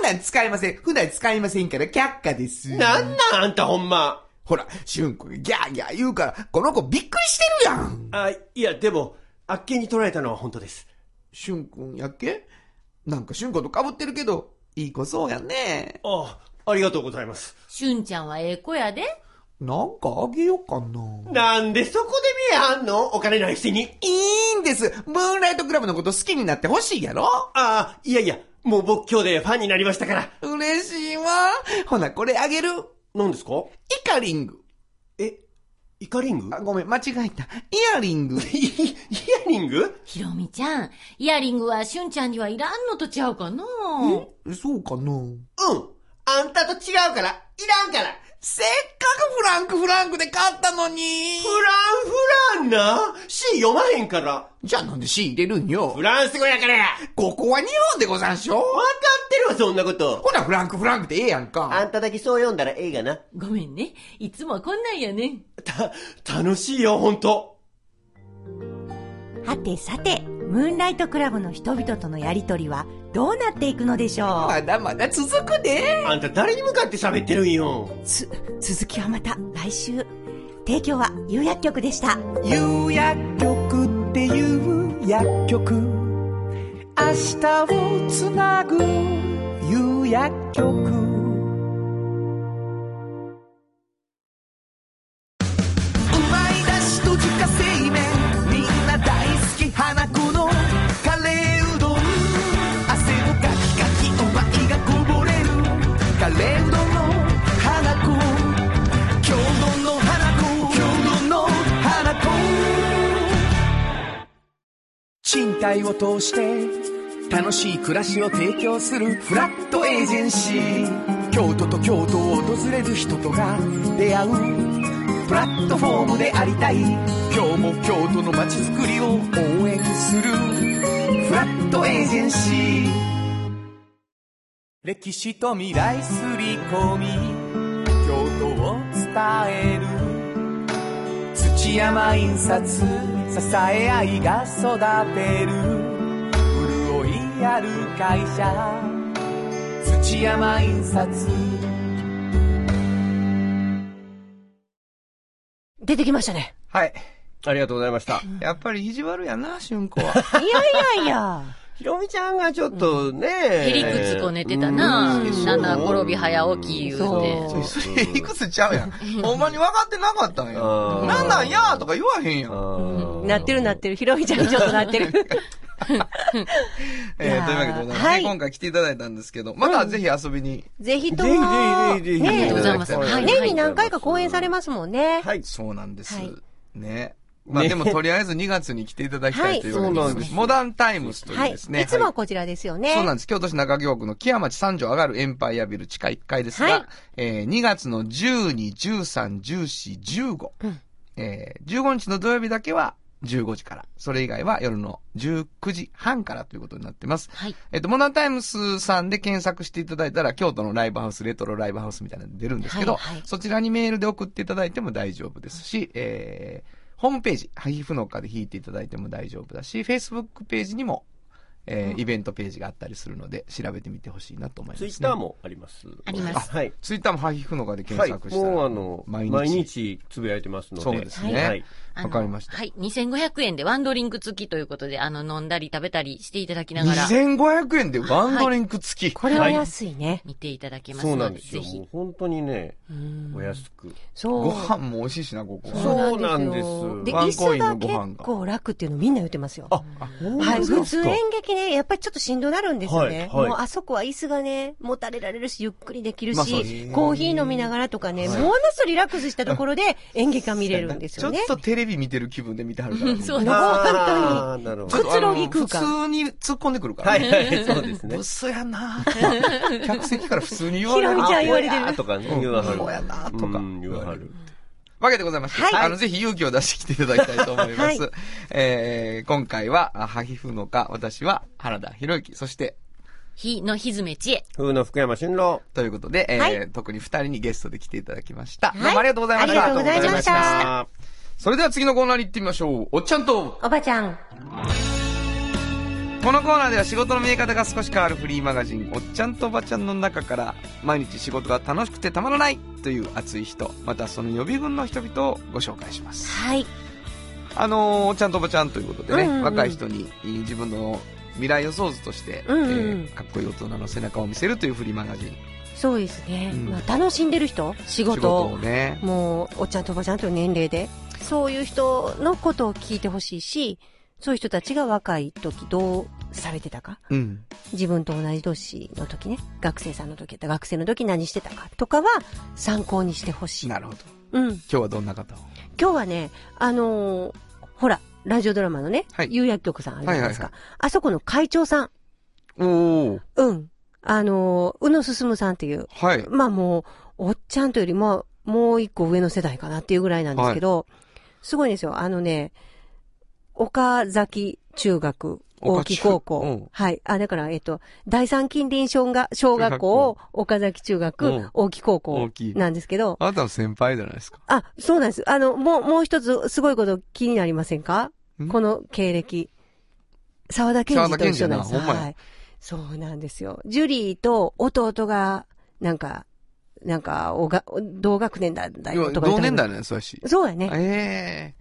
んなん使いません普段使いませんから却下です。
なんなんあんたほんま
ほら、しゅんくんギャーギャー言うから、この子びっくりしてるやん
あ、いやでも、あっけに取られたのは本当です。
しゅんくんやっけなんかしゅんこと被ってるけど、いい子そうやね。
ああ、ありがとうございます。
しゅんちゃんはええ子やで。
なんかあげようかな。
なんでそこで見えはんのお金ないくせに。
いいんですムーンライトクラブのこと好きになってほしいやろ
ああ、いやいや、もう僕今日でファンになりましたから。
嬉しいわ。ほな、これあげる。
何ですか
イカリング。
え、イカリング
あ、ごめん、間違えた。イヤリング。
いイヤリング
ひろみちゃん、イヤリングはしゅんちゃんにはいらんのとちゃうかな。
[LAUGHS] そうかな
うん。あんたと違うから、いらんから。
せっかくフランクフランクで買ったのに
フランフランな ?C 読まへんから。
じゃあなんで C 入れるんよ
フランス語やからや。わか
ここは日本でござんしょ
ってるわ、そんなこと。
ほな、フランクフランクでええやんか。
んただけそう読んだらええがな。
ごめんね。いつもはこんなんやねん。
た、楽しいよ、ほんと。
はてさて、ムーンライトクラブの人々とのやりとりはどうなっていくのでしょ
まだまだ続くで。
あんた誰に向かって喋ってるんよ。
うつ、続きはまた来週。提供は有薬局でした。
有薬局っていう薬局。明日をつなぐ有薬局。
うまいだしと自家製麺みんな大好き花子のカレーうどん汗をかきかきおまいがこぼれるカレーうどんの花子郷土の花子郷土の花子賃貸を通して楽しい暮らしを提供するフラットエージェンシー京都と京都を訪れる人とが出会うプラットフォームでありたい今日も京都の街づくりを応援するフラットエージェンシー歴史と未来すり込み京都を伝える土山印刷支え合いが育てる潤いある会社土山印刷
出てきましたね。
はい。
ありがとうございました。
やっぱり意地悪やな、しゅんこは。
[LAUGHS]
いやいやいや。
ひろみちゃんがちょっとね。
へりくつこ寝てたな。
うん
七転び早起き言うて。
そう。
それいくつちゃうやん。ほんまに分かってなかったんや。
うん
なんなんやーとか言わへんやん。
うん
なってるなってる。ひろみちゃんちょっとなってる。
えー、というわけでございます、
はい
ね今回来ていただいたんですけど、またぜひ遊びに。
[LAUGHS] ぜひとも。
ぜひぜひぜひ
ね
ありがとうござい
ます
は
はい
年に何回か公演されますもんね。
はい。
そうなんです。
はい
ね。まあでもとりあえず2月に来ていただきたいというわけ
はい
で
そうなんです
モダンタイムスと
は
いう
い。い
ですね。
つもはこちらですよね。
そうなんです。京都市中京区の木屋町三条上がるエンパイアビル地下1階ですが、
はい
えー2月の12、13、14、15、えー15日の土曜日だけは15時から、それ以外は夜の19時半からということになってます。
はい。
えっと、モダンタイムスさんで検索していただいたら、京都のライブハウス、レトロライブハウスみたいなの出るんですけど、
はいはい
そちらにメールで送っていただいても大丈夫ですし、えー、ホームページ、ハイフノカで引いていただいても大丈夫だし、Facebook ページにも、えーイベントページがあったりするので、調べてみてほしいなと思います、
ツ
ね。
イッター。もあります。
あります
はい。
ツイッターもハイフノカで
は
検
い。
索したら、
もうあの、
毎日
毎日つぶやいてますので。
そうですね
はい。
あの
わかりました
はい。2500円でワンドリンク付きということで、あの、飲んだり食べたりしていただきながら、
2500円でワンドリンク付き。
これは安いね。
見ていただけます
そうな
の
ん
で、
です
ぜ
よ。
ひ
もう。本当にね、
うん
お安く。
そう。
ご飯も美味しいしな、ここは。
そうな
なんん
で
ですす
よ
よ。
ワン
椅
コイ
子
ンの
が
ご飯
結
が
構楽っていうのみんな言ってますよ。
あ、
はい、
そう
普
です
通
か
演劇ね、やっぱりちょっとしんどなるんですよね。
はいはい
もうあそこは椅子がね、持たれられるし、ゆっくりできるし、
まあそうです
コーヒー飲みながらとかね、ものすごいリラックスしたところで演劇が見れるんです
ちょ
よ
っ
ね。
とテレビ見てる気分で見てはるから。
そうです。
あーなるほ
ち
ど
[LAUGHS] ょっ。とあの
くつろぎ空間
普通に突っ込んでくるから
は
ね。
いはい、そうですね。
嘘やなぁ客席から普通に言われる
ひろみちゃん言われてる
あとかね、言わはる。
そうやなとか
うん言わはる。
わけでございまして、
はい
あの、ぜひ勇気を出してきていただきたいと思います。
は
えー、今回は、あハヒフのか、私は原田博之、そして、
日のひずめちえ。
風の福山新郎。
ということで、えー
はい
特に二人にゲストで来ていただきました。
い
どうもありがとうございました。
ありがとうございました
ありがとうございましたそれでは次のコーナーに行ってみましょう。おっちゃんと、
おばちゃん。
このコーナーでは仕事の見え方が少し変わるフリーマガジン「おっちゃんとおばちゃん」の中から毎日仕事が楽しくてたまらないという熱い人またその予備軍の人々をご紹介します
はい。
あのーおっちゃんとおばちゃんということでね、
うんうんうん
若い人にえー自分の未来予想図として、
うんうん
えーかっこいい大人の背中を見せるというフリーマガジン
そうですね。
うん
まあ、楽しんでる人仕事
仕事をね
もう、おっちゃんとおばちゃんという年齢で。そういう人のことを聞いてほしいし、そういう人たちが若い時どうされてたか
うん
自分と同じ年の時ね、学生さんの時やった学生の時何してたかとかは参考にしてほしい。
なるほど
うん。
今日はどんな方を
今日はね、あのーほら、ラジオドラマのね、
はい
有薬局さんあるじゃないですか、
は
あそこの会長さん。
おお
うん。あのー宇野進さんっていう。
はい
まあもう、おっちゃんというよりも、もう一個上の世代かなっていうぐらいなんですけど、すごいんですよ。あのね、岡崎中学、大木高
岡中う
校
ん。
はい。あ、だから、えっと、第三近隣小学小学校、岡崎中
うん
学、大木高
大
校
木
なんですけど、
あなたの先輩じゃないですか
あ、そうなんです。あの、もう、もう一つすごいこと気になりませんか
ん
この経歴。沢田健二と一緒なんです。
沢田研二なほんまや
はい。そうなんですよ。ジュリーと弟が、なんか、なんか、おが、同学年だ、だ
いや
よとか言っ
同
ては
年
る
代なんやそうやし
そうやね。って
え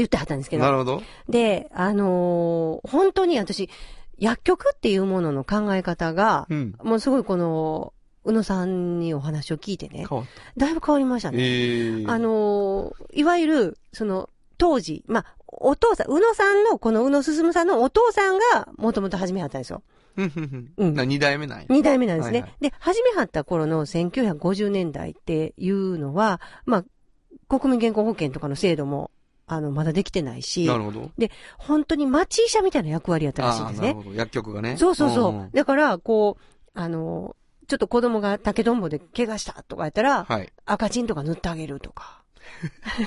言ってはったんです
え
け
なる
ど。
ほど
で、あのー本当に私、薬局っていうものの考え方が、
うん
もうすごいこの、宇野さんにお話を聞いてね、
変わっ
だいぶ変わりましたたね。
ええ
あのーいわゆる、その、当時、まあ、お父さん、宇野さんの、この宇野進さんのお父さんが、もともと始めはったんですよ。
うんうん
う
うん
ん
な二代目なんや
二代目なんですね。
はいは
で、始めはった頃の1950年代っていうのは、まあ、国民健康保険とかの制度も、あの、まだできてないし
な、るほど。
本当に町医者みたいな役割やったらしいんです
あーなる
ね。
ほど。薬局がね。
そうそうそ
ん
う。。だから、こう、あのーちょっと子供が竹どんぼで怪我したとかやったら、
はい。
赤チンとか塗ってあげるとか。 [LAUGHS]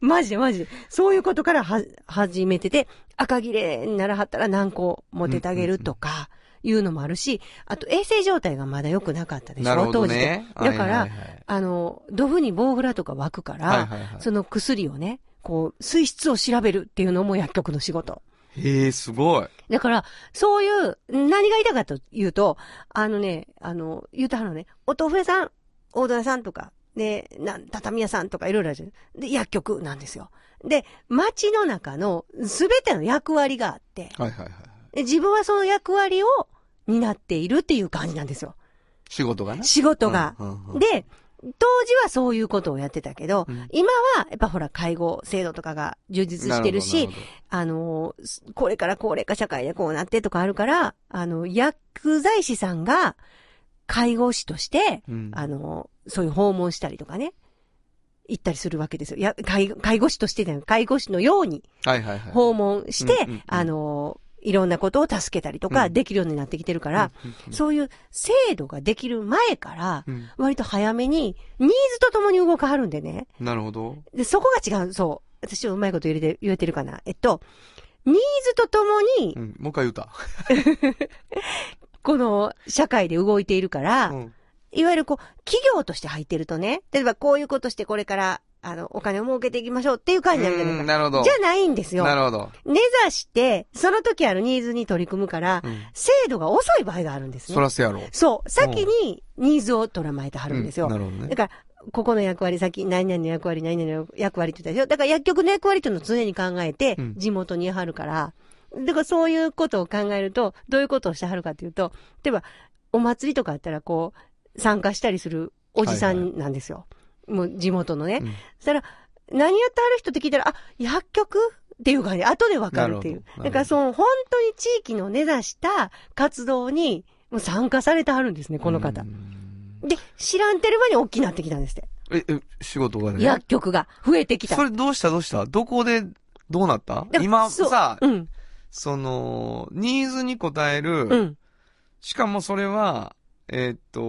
マジでマジで。そういうことからは、始めてて、赤切れにならはったら何個持ててあげるとか、いうのもあるし、あと衛生状態がまだ良くなかったでし
なる
ょ、
ほど
当時って。
ね。
だから
はいはい
あの、ドブに棒グラとか湧くから、
はい。はいはいはい
その薬をね、こう、水質を調べるっていうのも薬局の仕事。
へえ、すごい。
だから、そういう、何が言いたかったというと、あのね、あの、言うたはるのね、お豆腐屋さん、大戸屋さんとか、で、なん、畳屋さんとかいろいろあるじゃん。で、薬局なんですよ。で、街の中のすべての役割があって、
はいはいはい。
自分はその役割を担っているっていう感じなんですよ。
仕事がね。
仕事が。
うんうんうん
で、当時はそういうことをやってたけど、
うん
今は、やっぱほら、介護制度とかが充実してるし、
なほどなほ
あの、すこれから高齢化社会でこうなってとかあるから、あの、薬剤師さんが、介護士として、
どうん
あの、そういう訪問したりとかね、行ったりするわけですよ。や介護介護士としてじゃない介護士のように
はいはいはい。
訪問して、
うんうんうん
あの、いろんなことを助けたりと
う
か
ん
できるようになってきてるから、そういう制度ができる前から、
うん
割と早めに、ニーズとともに動かはるんでね。
なるほど。
で、そこが違う、そう。私、うまいこと言えて、言えてるかな。えっと、ニーズとともに
う、ん。もう一回言うた。
この社会で動いているから、
うん
いわゆるこう、企業として入ってるとね、例えばこういうことしてこれから、あの、お金を儲けていきましょうっていう感じになるじゃない
うん
です
なるほ
か。
ど。
じゃないんですよ。
なるほど。
根ざして、その時あるニーズに取り組むから、
うん
制度が遅い場合があるんです
そ
ね。
らせやろ。
そう。先にニーズを捉まえては
あ
るんですよ。
なるほどね
だ。から、ここの役割先、何々の役割、何々の役割って言ったでしょだから薬局の役割っていうのを常に考えて
う、ん
地元にはるから、だからそういうことを考えると、どういうことをしてはるかっていうと、例えば、お祭りとかあったら、こう、参加したりするおじさ
はい
んなんですよ。もう地元のね。
うん
そしたら、何やってはる人って聞いたら、あ、薬局っていう感じ、後でわかるってい
なる
う
ほ。ど
だから、その、本当に地域の根ざした活動に、もう参加されてはるんですね、この方
う。ん
で、知らんてる間に大きくなってきたんですって。
え、え、仕事がね。
薬局が増えてきた。
それどうしたどうしたどこで、どうなった
だから
今
そう
さ、
うん、
その、ニーズに応える、
うん。
しかもそれは、えーっと、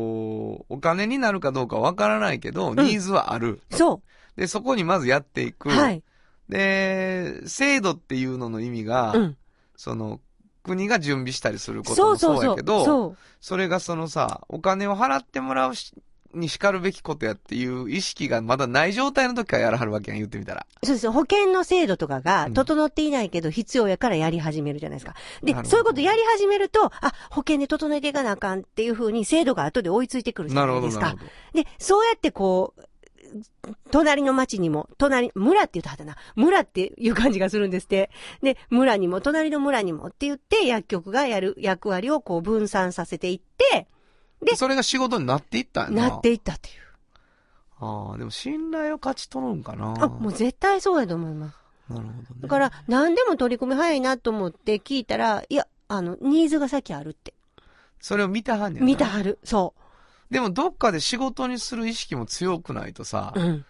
お金になるかどうかわからないけど、ニーズはある。
そ
で、そこにまずやっていく。
う。はい。
で、制度っていうのの意味が、
うん。
その、国が準備したりすること
そ
も
うそう
そう
そ
や
う
け。ど、
そう。
それがそのさ、お金を払ってもらうし、に叱るべきことやっていう意識がまだない状態の時からやらはるわけやん、言ってみたら。
そうです。保険の制度とかが
うん
整っていないけど必要やからやり始めるじゃないですか。で
なるほ、ど
そういうことやり始めると、あ、保険で整えていかなあかんっていうふうに制度が後で追いついてくるじゃ
な
な
るほ
い
ど、
です
な
か
る。ほど。
で、そうやってこう、隣の町にも、隣、村って言ったはずだな。村っていう感じがするんですって。で、村にも、隣の村にもって言って、薬局がやる役割をこう分散させていって、で
それが仕事になっていったんやな。
なっていったっていう。
ああ、でも信頼を勝ち取るんかな。
あ、もう絶対そうやと思います。
なるほどね。
だから、何でも取り組み早いなと思って聞いたら、いや、あの、ニーズが先あるって。
それを見たはんねんな
見たはる。そ
でもどっかで仕事にする意識も強くないとさ、
う。うん。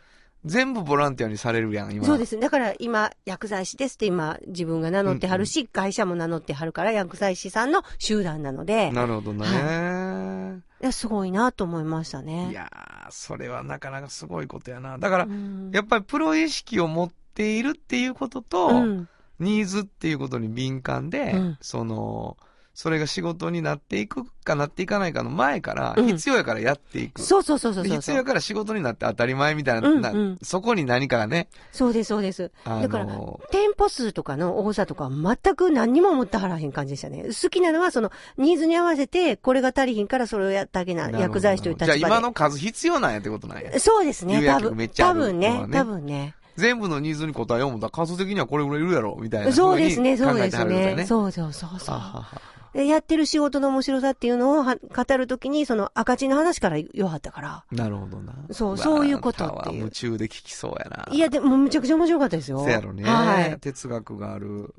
全部ボランティアにされるやん、今。
そうです。だから今、薬剤師ですって今、自分が名乗ってはるし、会社も名乗ってはるから、薬剤師さんの集団なので、
なるほどね。
いやすごいなと思いましたね。
い、やー、それはなかなかすごいことやな。だから
う、ん、
やっぱりプロ意識を持っているっていうことと、
うん、
ニーズっていうことに敏感で、
うん
その、それが仕事になっていくかなっていかないかの前から、
うん
必要やからやっていく。
そうそうそうそう
で
そう
必要やから仕事になって当たり前みたいな、
うん
な
うん
そこに何かがね、
そうです、そうです。
あの
だから店舗数とかの多さとかは全く何にも思ってはらへん感じでしたね。好きなのはそのニーズに合わせてこれが足りひんからそれをやったけな
なるほど
薬剤師という立場で。
じゃあ今の数必要なんやってことなんや。
そうですね、
釉
多
薬めっ
分。
ちゃあ
多
る
分
の
ね
は、ね
多分ね。
全部のニーズに応えようもたら数的にはこれぐらいいるやろ、みたいな。
そうですね、
ふに
そう
考え
で
ては
す
るんだよ
ね。そうそうそうそ
は
う
はは
でやってる仕事の面白さっていうのをは語るときに、その赤字の話からよはったから。
なるほどな。
そう
わ
そういうことっていう
あんたは夢中で聞きそうやな。
いや、でもむちゃくちゃ面白かったですよ。
せやろね。
はい。
哲学がある、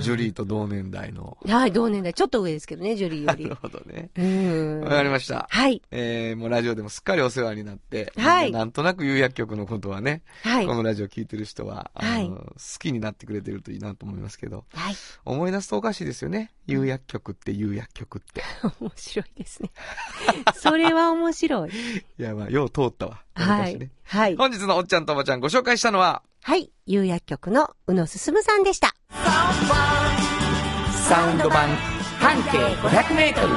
ジュリーと同年代の。
はい、同年代。ちょっと上ですけどね、ジュリーよ
[LAUGHS] なる
り。
ほどね。
うん。
わかりました。
はい。
えー、もうラジオでもすっかりお世話になって、
はい
なんとなく有薬局のことはね、
はい
こ。のラジオ聞いてる人は、あの
はい
好きになってくれてるといいなと思いますけど、
はい。
思い出すとおかしいですよね。有薬局って有薬局って。
面白いで
[LAUGHS]
すね。それは面白い。
いや、まあ、よう通ったわ。
は
昔ね
い。はい。
本日のおっちゃんとおばちゃんご紹介したのは、
はい。有薬局の宇野進さんでした。
サウンド版半径500メートル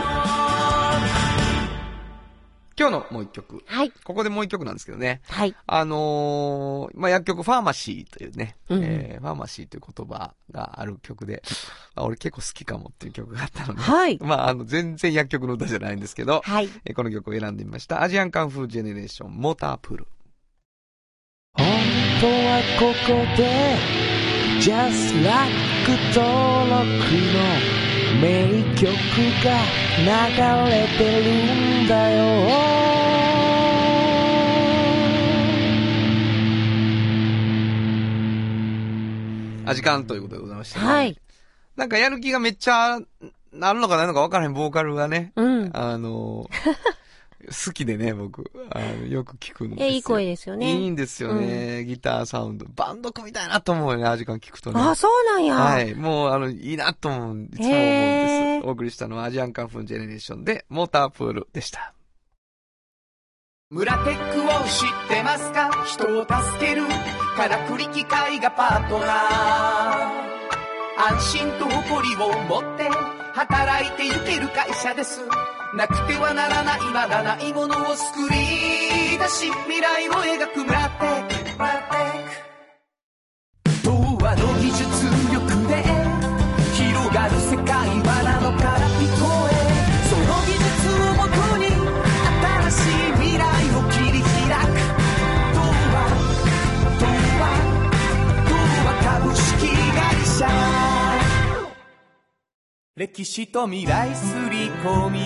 今日のもう一曲。
はい。
ここでもう一曲なんですけどね。
はい。
あのーまあ、薬局ファーマシーというね、
うん
えーファーマシーという言葉がある曲で、あ俺結構好きかもっていう曲があったので、 [LAUGHS]
はい。
まあ、あの、全然薬局の歌じゃないんですけど、
はい。
えーこの曲を選んでみました。アジアンカンフージェネレーション、モータープール。
本当はここで Just Like 登録の
名曲が流れてるんだよ
あ、時間ということでございました、
は。い。
なんかやる気がめっちゃ、なるのかないのか分からへんボーカルがね、
うん。
あの、好きでね、僕、あのよく聞くんです
え、
よ。
いい声ですよ
いい
ね。
んですよね、ギターサウンド。バンド組みたいなと思うよね、あの時間聞くとね。
あ、そうなんや。
はい。もう、あの、いいなと思うん、いつも思うん
へ
で
ー
す。お送りしたのはアジアンカンフンジェネレーションで、モータープールでした。
村テックを知ってますか人を助けるからくり機械がパートナー安心と誇りを持って働いてゆける会社ですなくてはならないまだないものを作り出し未来を描く村テック村テック童話の技術力で広がる世界はなのから聞こえその技術をもとに新しい未来を切り開く童話童話童話株式会社歴史と未来すり込み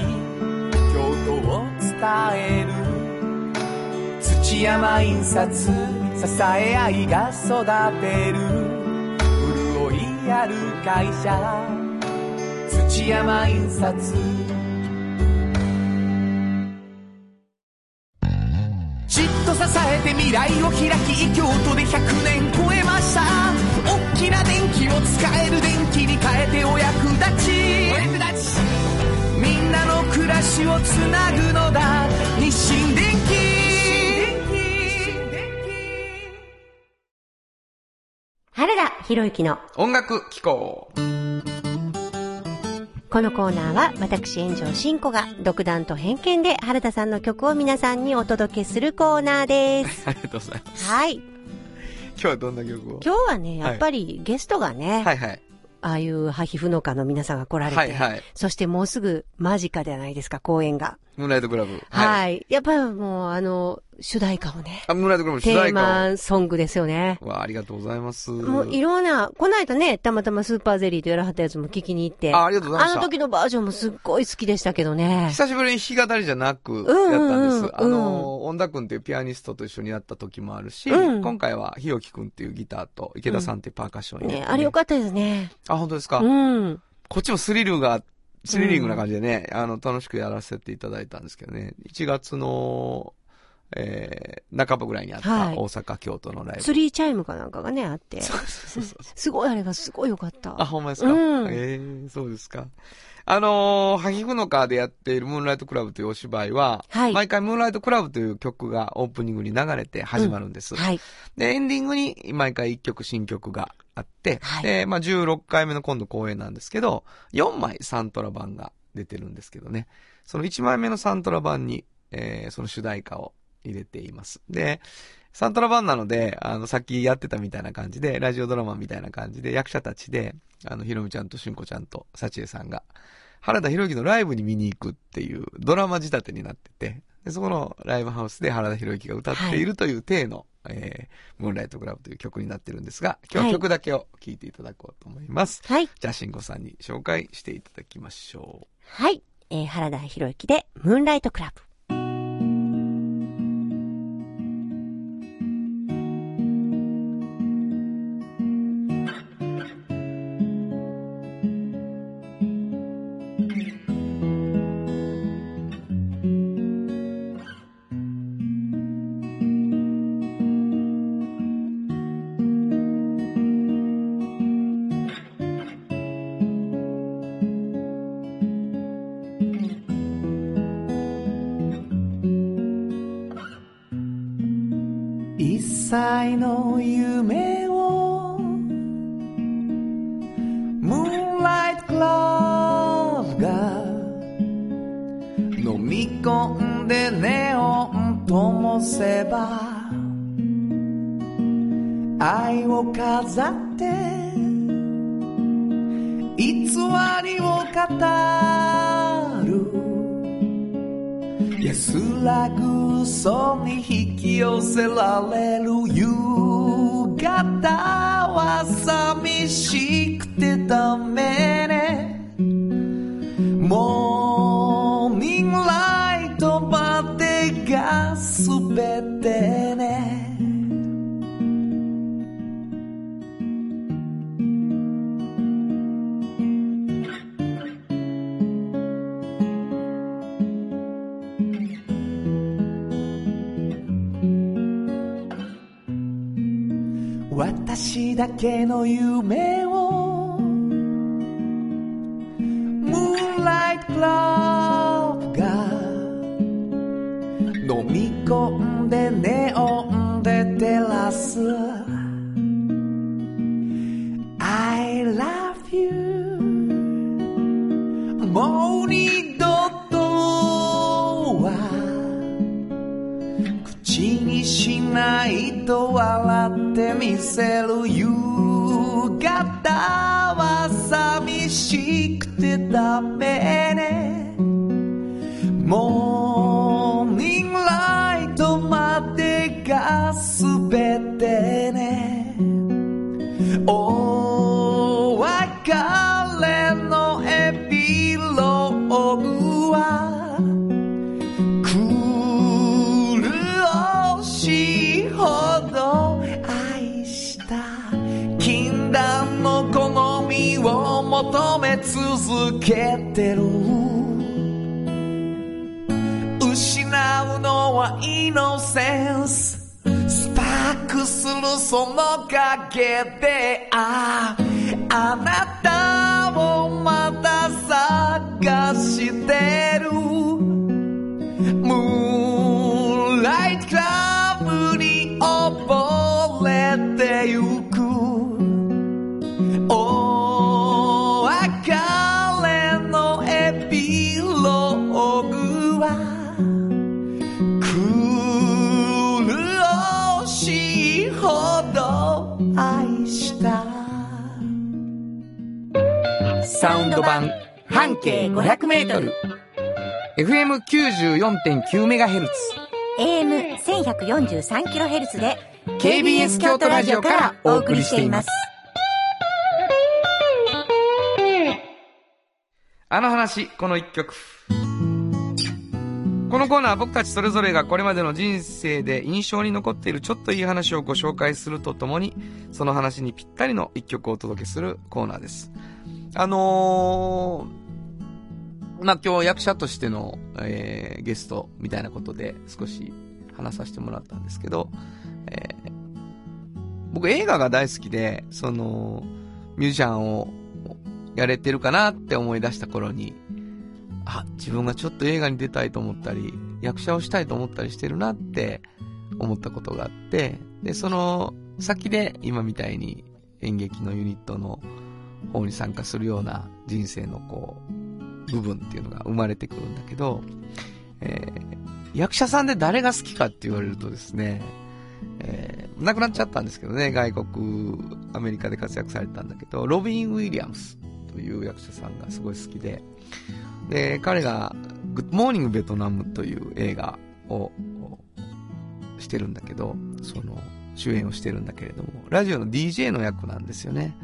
京都を伝える土山印刷支え合いが育てる潤いある会社土山印刷じっと支えて未来を開き京都で100年超えました大きな電気を使える電気に変えてお役立ちお役立ちみんなの暮らしをつなぐのだ日清電気
原田博之の
音楽機構。
このコーナーは私炎上真子が独断と偏見で原田さんの曲を皆さんにお届けするコーナーです。
ありがとうございます。
はい。
今日はどんな曲を
今日はね、やっぱりゲストがね、
はいはい。
ああいうハヒフノカの皆さんが来られて、
はいはい。
そしてもうすぐ間近じゃないですか、公演が。
ムーンライトクラブ。。
はいい。やっぱりもう、あの、主題歌をね、
あ、ムーンライトクラブの主
テー
題歌
マソングですよね。
を。わあ、ありがとうございます。
もういろんな、この間ね、たまたまスーパーゼリーとやらはったやつも聞きに行って、
あ、ありがとうございま
あ
した。
の時のバージョンもすっごい好きでしたけどね。
久しぶりに弾き語りじゃなく、やっ
んうん
たんです。あ
う
の、恩田くんっていうピアニストと一緒にやった時もあるし、
うん
今回は日置くんっていうギターと池田さんっていうパーカッション入れて
ね、あれよかったですね。
あ、本当ですか、
うん。
こっちもスリルが、スリリングな感じでね、あの、楽しくやらせていただいたんですけどね、1月の、えー、半ばぐらいにあった
はい
大阪、京都のライブ。
スリーチャイムかなんかがね、あって。
そう [LAUGHS] そうそうそう。
すごい、あれがすごいよかった。
あ、ほんまですか、
うん
ええそうですか。あのー、ハギフノカでやっているムーンライトクラブというお芝居は、
はい
毎回ムーンライトクラブという曲がオープニングに流れて始まるんです。
はい。
で、エンディングに毎回1曲新曲があって、
はい
で、まあ、16回目の今度公演なんですけど、4枚サントラ版が出てるんですけどね、その1枚目のサントラ版に、えーその主題歌を入れています。で、サントラ版なので、あの、さっきやってたみたいな感じで、ラジオドラマみたいな感じで、役者たちで、あの、ひろみちゃんとしゅんこちゃんとさちえさんが、原田ひろゆきのライブに見に行くっていうドラマ仕立てになってて、でそこのライブハウスで原田ひろゆきが歌っているという体の、えー、ムーンライトクラブという曲になってるんですが、今日
は
はい曲だけを聴いていただこうと思います。
はい。
じゃあ、しんごさんに紹介していただきましょ
はい。えー原田博之で、ムーンライトクラブ。
一切の夢をムーンライトクラブが飲み込んでネオン灯せば愛を飾って偽りを語る安らぐ嘘に引き寄せられる夕方は寂しくてダメねモーニングライトまでがすべてね私だけの夢をムーンライトクラブが飲み込んでネオンで照らす I love you もう二度とは口にしないと笑ってみせる夕方は寂しくてダメねモーニングライトまでがすべてねお別れのエピローグは苦しいほど愛した禁断の好みを求め続けてる失うのはイノセンススパークするその影であああなたをまた探してるムーンライトクラブに溺れてゆくお別れのエピローグは苦しいほど愛した
サウンド版半径500メートル
FM94.9MHz
AM1143kHz で
KBS 京都ラジオからお送りしています。
あの話、この一曲。このコーナーは僕たちそれぞれがこれまでの人生で印象に残っているちょっといい話をご紹介するとともに、その話にぴったりの一曲をお届けするコーナーです。あのー、まあ、今日役者としての、えーゲストみたいなことで少し話させてもらったんですけど、えー僕映画が大好きで、その、ミュージシャンをやれてるかなって思い出した頃に、あ、自分がちょっと映画に出たいと思ったり、役者をしたいと思ったりしてるなって思ったことがあって、で、その先で今みたいに演劇のユニットの方に参加するような人生のこう、部分っていうのが生まれてくるんだけど、えー役者さんで誰が好きかって言われるとですね、えー亡くなっちゃったんですけどね、外国、アメリカで活躍されてたんだけど、ロビン・ウィリアムスという役者さんがすごい好きで、で、彼が、グッドモーニングベトナムという映画をおしてるんだけど、その、主演をしてるんだけれども、ラジオの DJ の役なんですよね。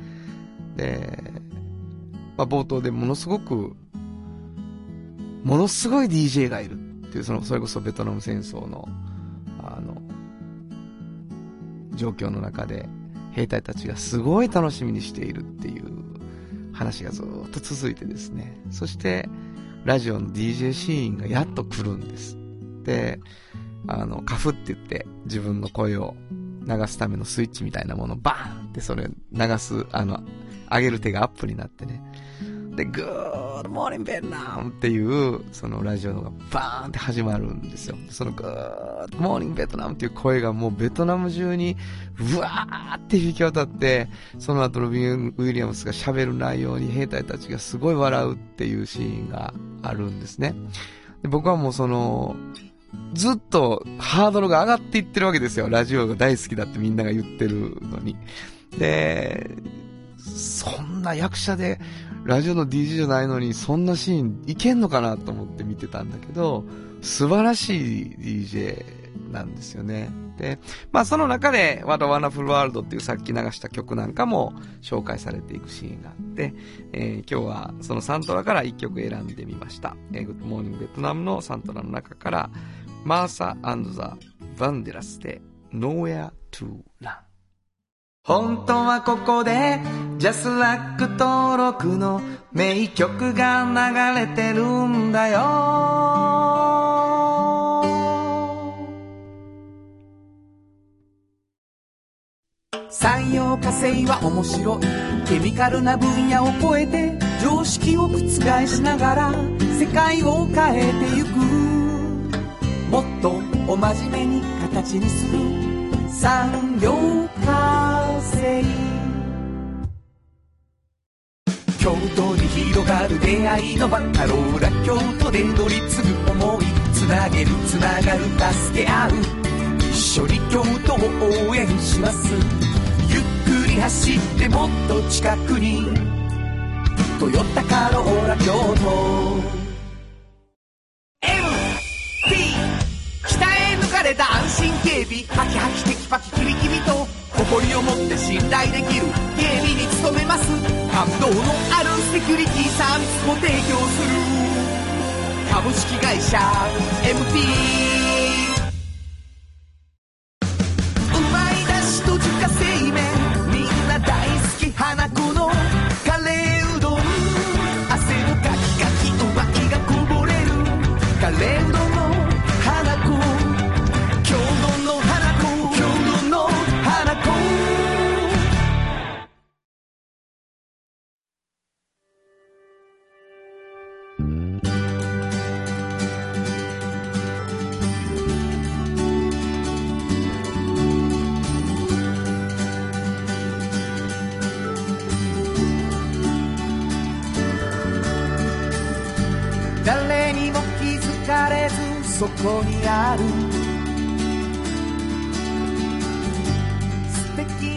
で、まあ、冒頭でものすごく、ものすごい DJ がいるっていう、その、それこそベトナム戦争の、あの、状況の中で、兵隊たちがすごい楽しみにしているっていう話がずーっと続いてですね。そして、ラジオの DJ シーンがやっと来るんです。で、あの、カフって言って、自分の声を流すためのスイッチみたいなものをバーンってそれ流す、あの、上げる手がアップになってね。で、グーモーニングベンナムっていう、そのラジオのがバーンって始まるんですよ。そのグーモーニングベトナムっていう声がもうベトナム中に、うわーって響き渡って、その後ロビン・ウィリアムスが喋る内容に兵隊たちがすごい笑うっていうシーンがあるんですね。で僕はもうその、ずっとハードルが上がっていってるわけですよ。ラジオが大好きだってみんなが言ってるのに。で、そんな役者で、ラジオの DJ じゃないのに、そんなシーンいけんのかなと思って見てたんだけど、素晴らしい DJ なんですよね。で、まあその中で、What a Wonderful World っていうさっき流した曲なんかも紹介されていくシーンがあって、えー今日はそのサントラから一曲選んでみました。えー、Good Morning Vietnam のサントラの中から、Martha and the Vandellas で Nowhere to Run。
本当はここで、ジャスラック登録の名曲が流れてるんだよ。
産業化成は面白いケミカルな分野を超えて常識を覆しながら世界を変えてゆくもっとお真面目に形にする産業化成
京都に広がる出会いのバカローラ京都で乗り継ぐ思いつなげるつながる助け合う一緒に京都を応援しますゆっくり走ってもっと近くに「トヨタカローラ京都」
鍛え抜かれた安心警備ハキハキテキパキキビキビと誇りを持って信頼できる警備に努めます感動のあるセキュリティサービスも提供する株式会社 MT うまいだしと自家製麺みんな大好き花子のカレーうどん汗のかきかきうまいがこぼれるカレーうどんの花子京都の花子京都の花子誰にも気づかれずそこにある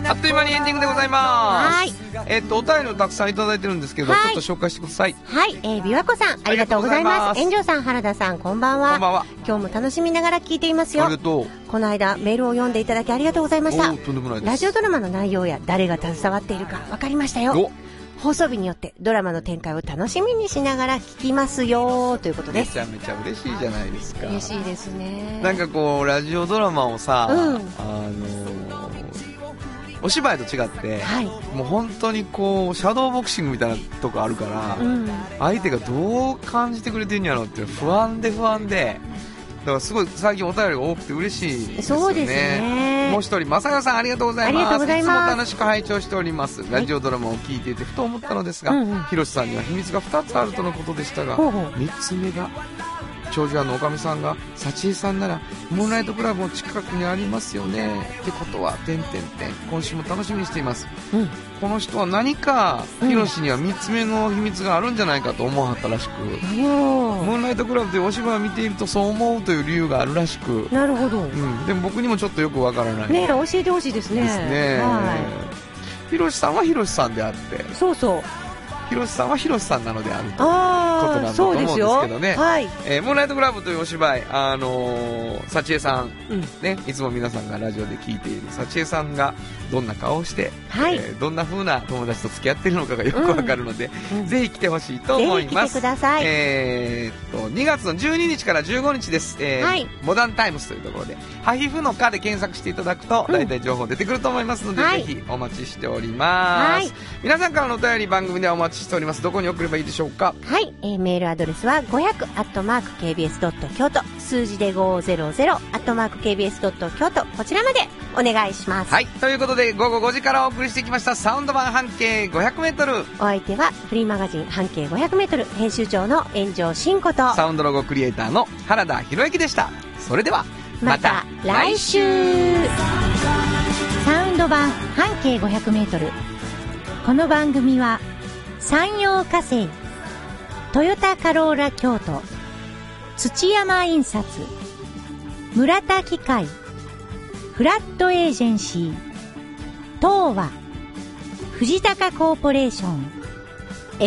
あっという間にエンディングでございます。
はい
えっと、お便りをたくさんいただいてるんですけど、
はい
ちょっと紹介してください。
はい、えー、琵琶湖さん、ありがとうございま
ありがとうございます
す。炎上さん、原田さん、こんばんは。
こんばんは。
今日も楽しみながら聞いています
あ
よ
りが。とう。
この間、メールを読んでいただきありがとうございました
おー。とんでもないです
ラジオドラマの内容や誰が携わっているか分かりましたよ
お。
放送日によってドラマの展開を楽しみにしながら聞きますよということで
め
す。
ちゃめちゃ嬉しいじゃないですか。
嬉しいですね。
なんかこう、ラジオドラマをさ、
うん
あのー、お芝居と違って、
はい。
もう本当にこう、シャドーボクシングみたいなとこあるから、
うん。
相手がどう感じてくれてんやろって不安で不安で、だからすごい最近お便りが多くて嬉しいですよね。
そうですね
もう一人、まさやさんありがとうございま
あ
す。
りがとうございます
つも楽しく拝聴しております。ラジオドラマを聞いていてふと思ったのですが、
うんうん
ひろしさんには秘密が2つあるとのことでしたが、
ほうほう
3つ目が、長寿屋のおかみさんが、幸恵さんなら、ムーンライトクラブも近くにありますよね。ってことは、てんてんてん、今週も楽しみにしています。
うん
この人は何か、
うん
ひろしには3つ目の秘密があるんじゃないかと思わはったらしく、ム
お
ーンライトクラブでお芝居を見ているとそう思うという理由があるらしく、
なるほど。
うん、でも僕にもちょっとよくわからない
ねえ、
で
教えてほしいですね。
すね。
は
ひろしさんはひろしさんであって、
い。そうそう。
ひろしさんはひろしさんなのであると。ことなん
ああ、
だと
そう
思うん
で
です
す
けどね
よ。はい。
えームーンライトクラブというお芝居、あのー、幸恵さん、
うん
ね、いつも皆さんがラジオで聞いている幸恵さんがどんな顔をして、
はい
えーどんな風な友達と付き合ってるのかがよくわかるので、
うん
ぜひ来てほしいと思いま
ぜ
す
ひ来てく。ださい。
えーっと、2月の12日から15日です。えー
はい
モダンタイムスというところで、ハヒフの科で検索していただくと、
うん
大体情報出てくると思いますので、
はい
ぜひお待ちしております。
は
皆さんからのお便り番組ではお待ちしております。どこに送ればいいでしょうか
はい、えーメールアドレスは500アットマーク KBS ドット京都数字で500アットマーク KBS ドット京都こちらまでお願いします。
はい。ということで、午後5時からお送りしてきました、サウンド版半径500メートル。
お相手はフリーマガジン半径500メートル編集長の炎上真子と
サウンドロゴクリエイターの原田博之でした。それでは、
また来週。
サウンド版半径500メートル。この番組は山陽火星、トヨタカローラ京都、土山印刷、村田機械、フラットエージェンシー、東和、藤高コーポレーション、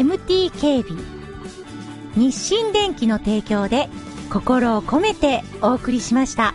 MT 警備、日清電機の提供で心を込めてお送りしました。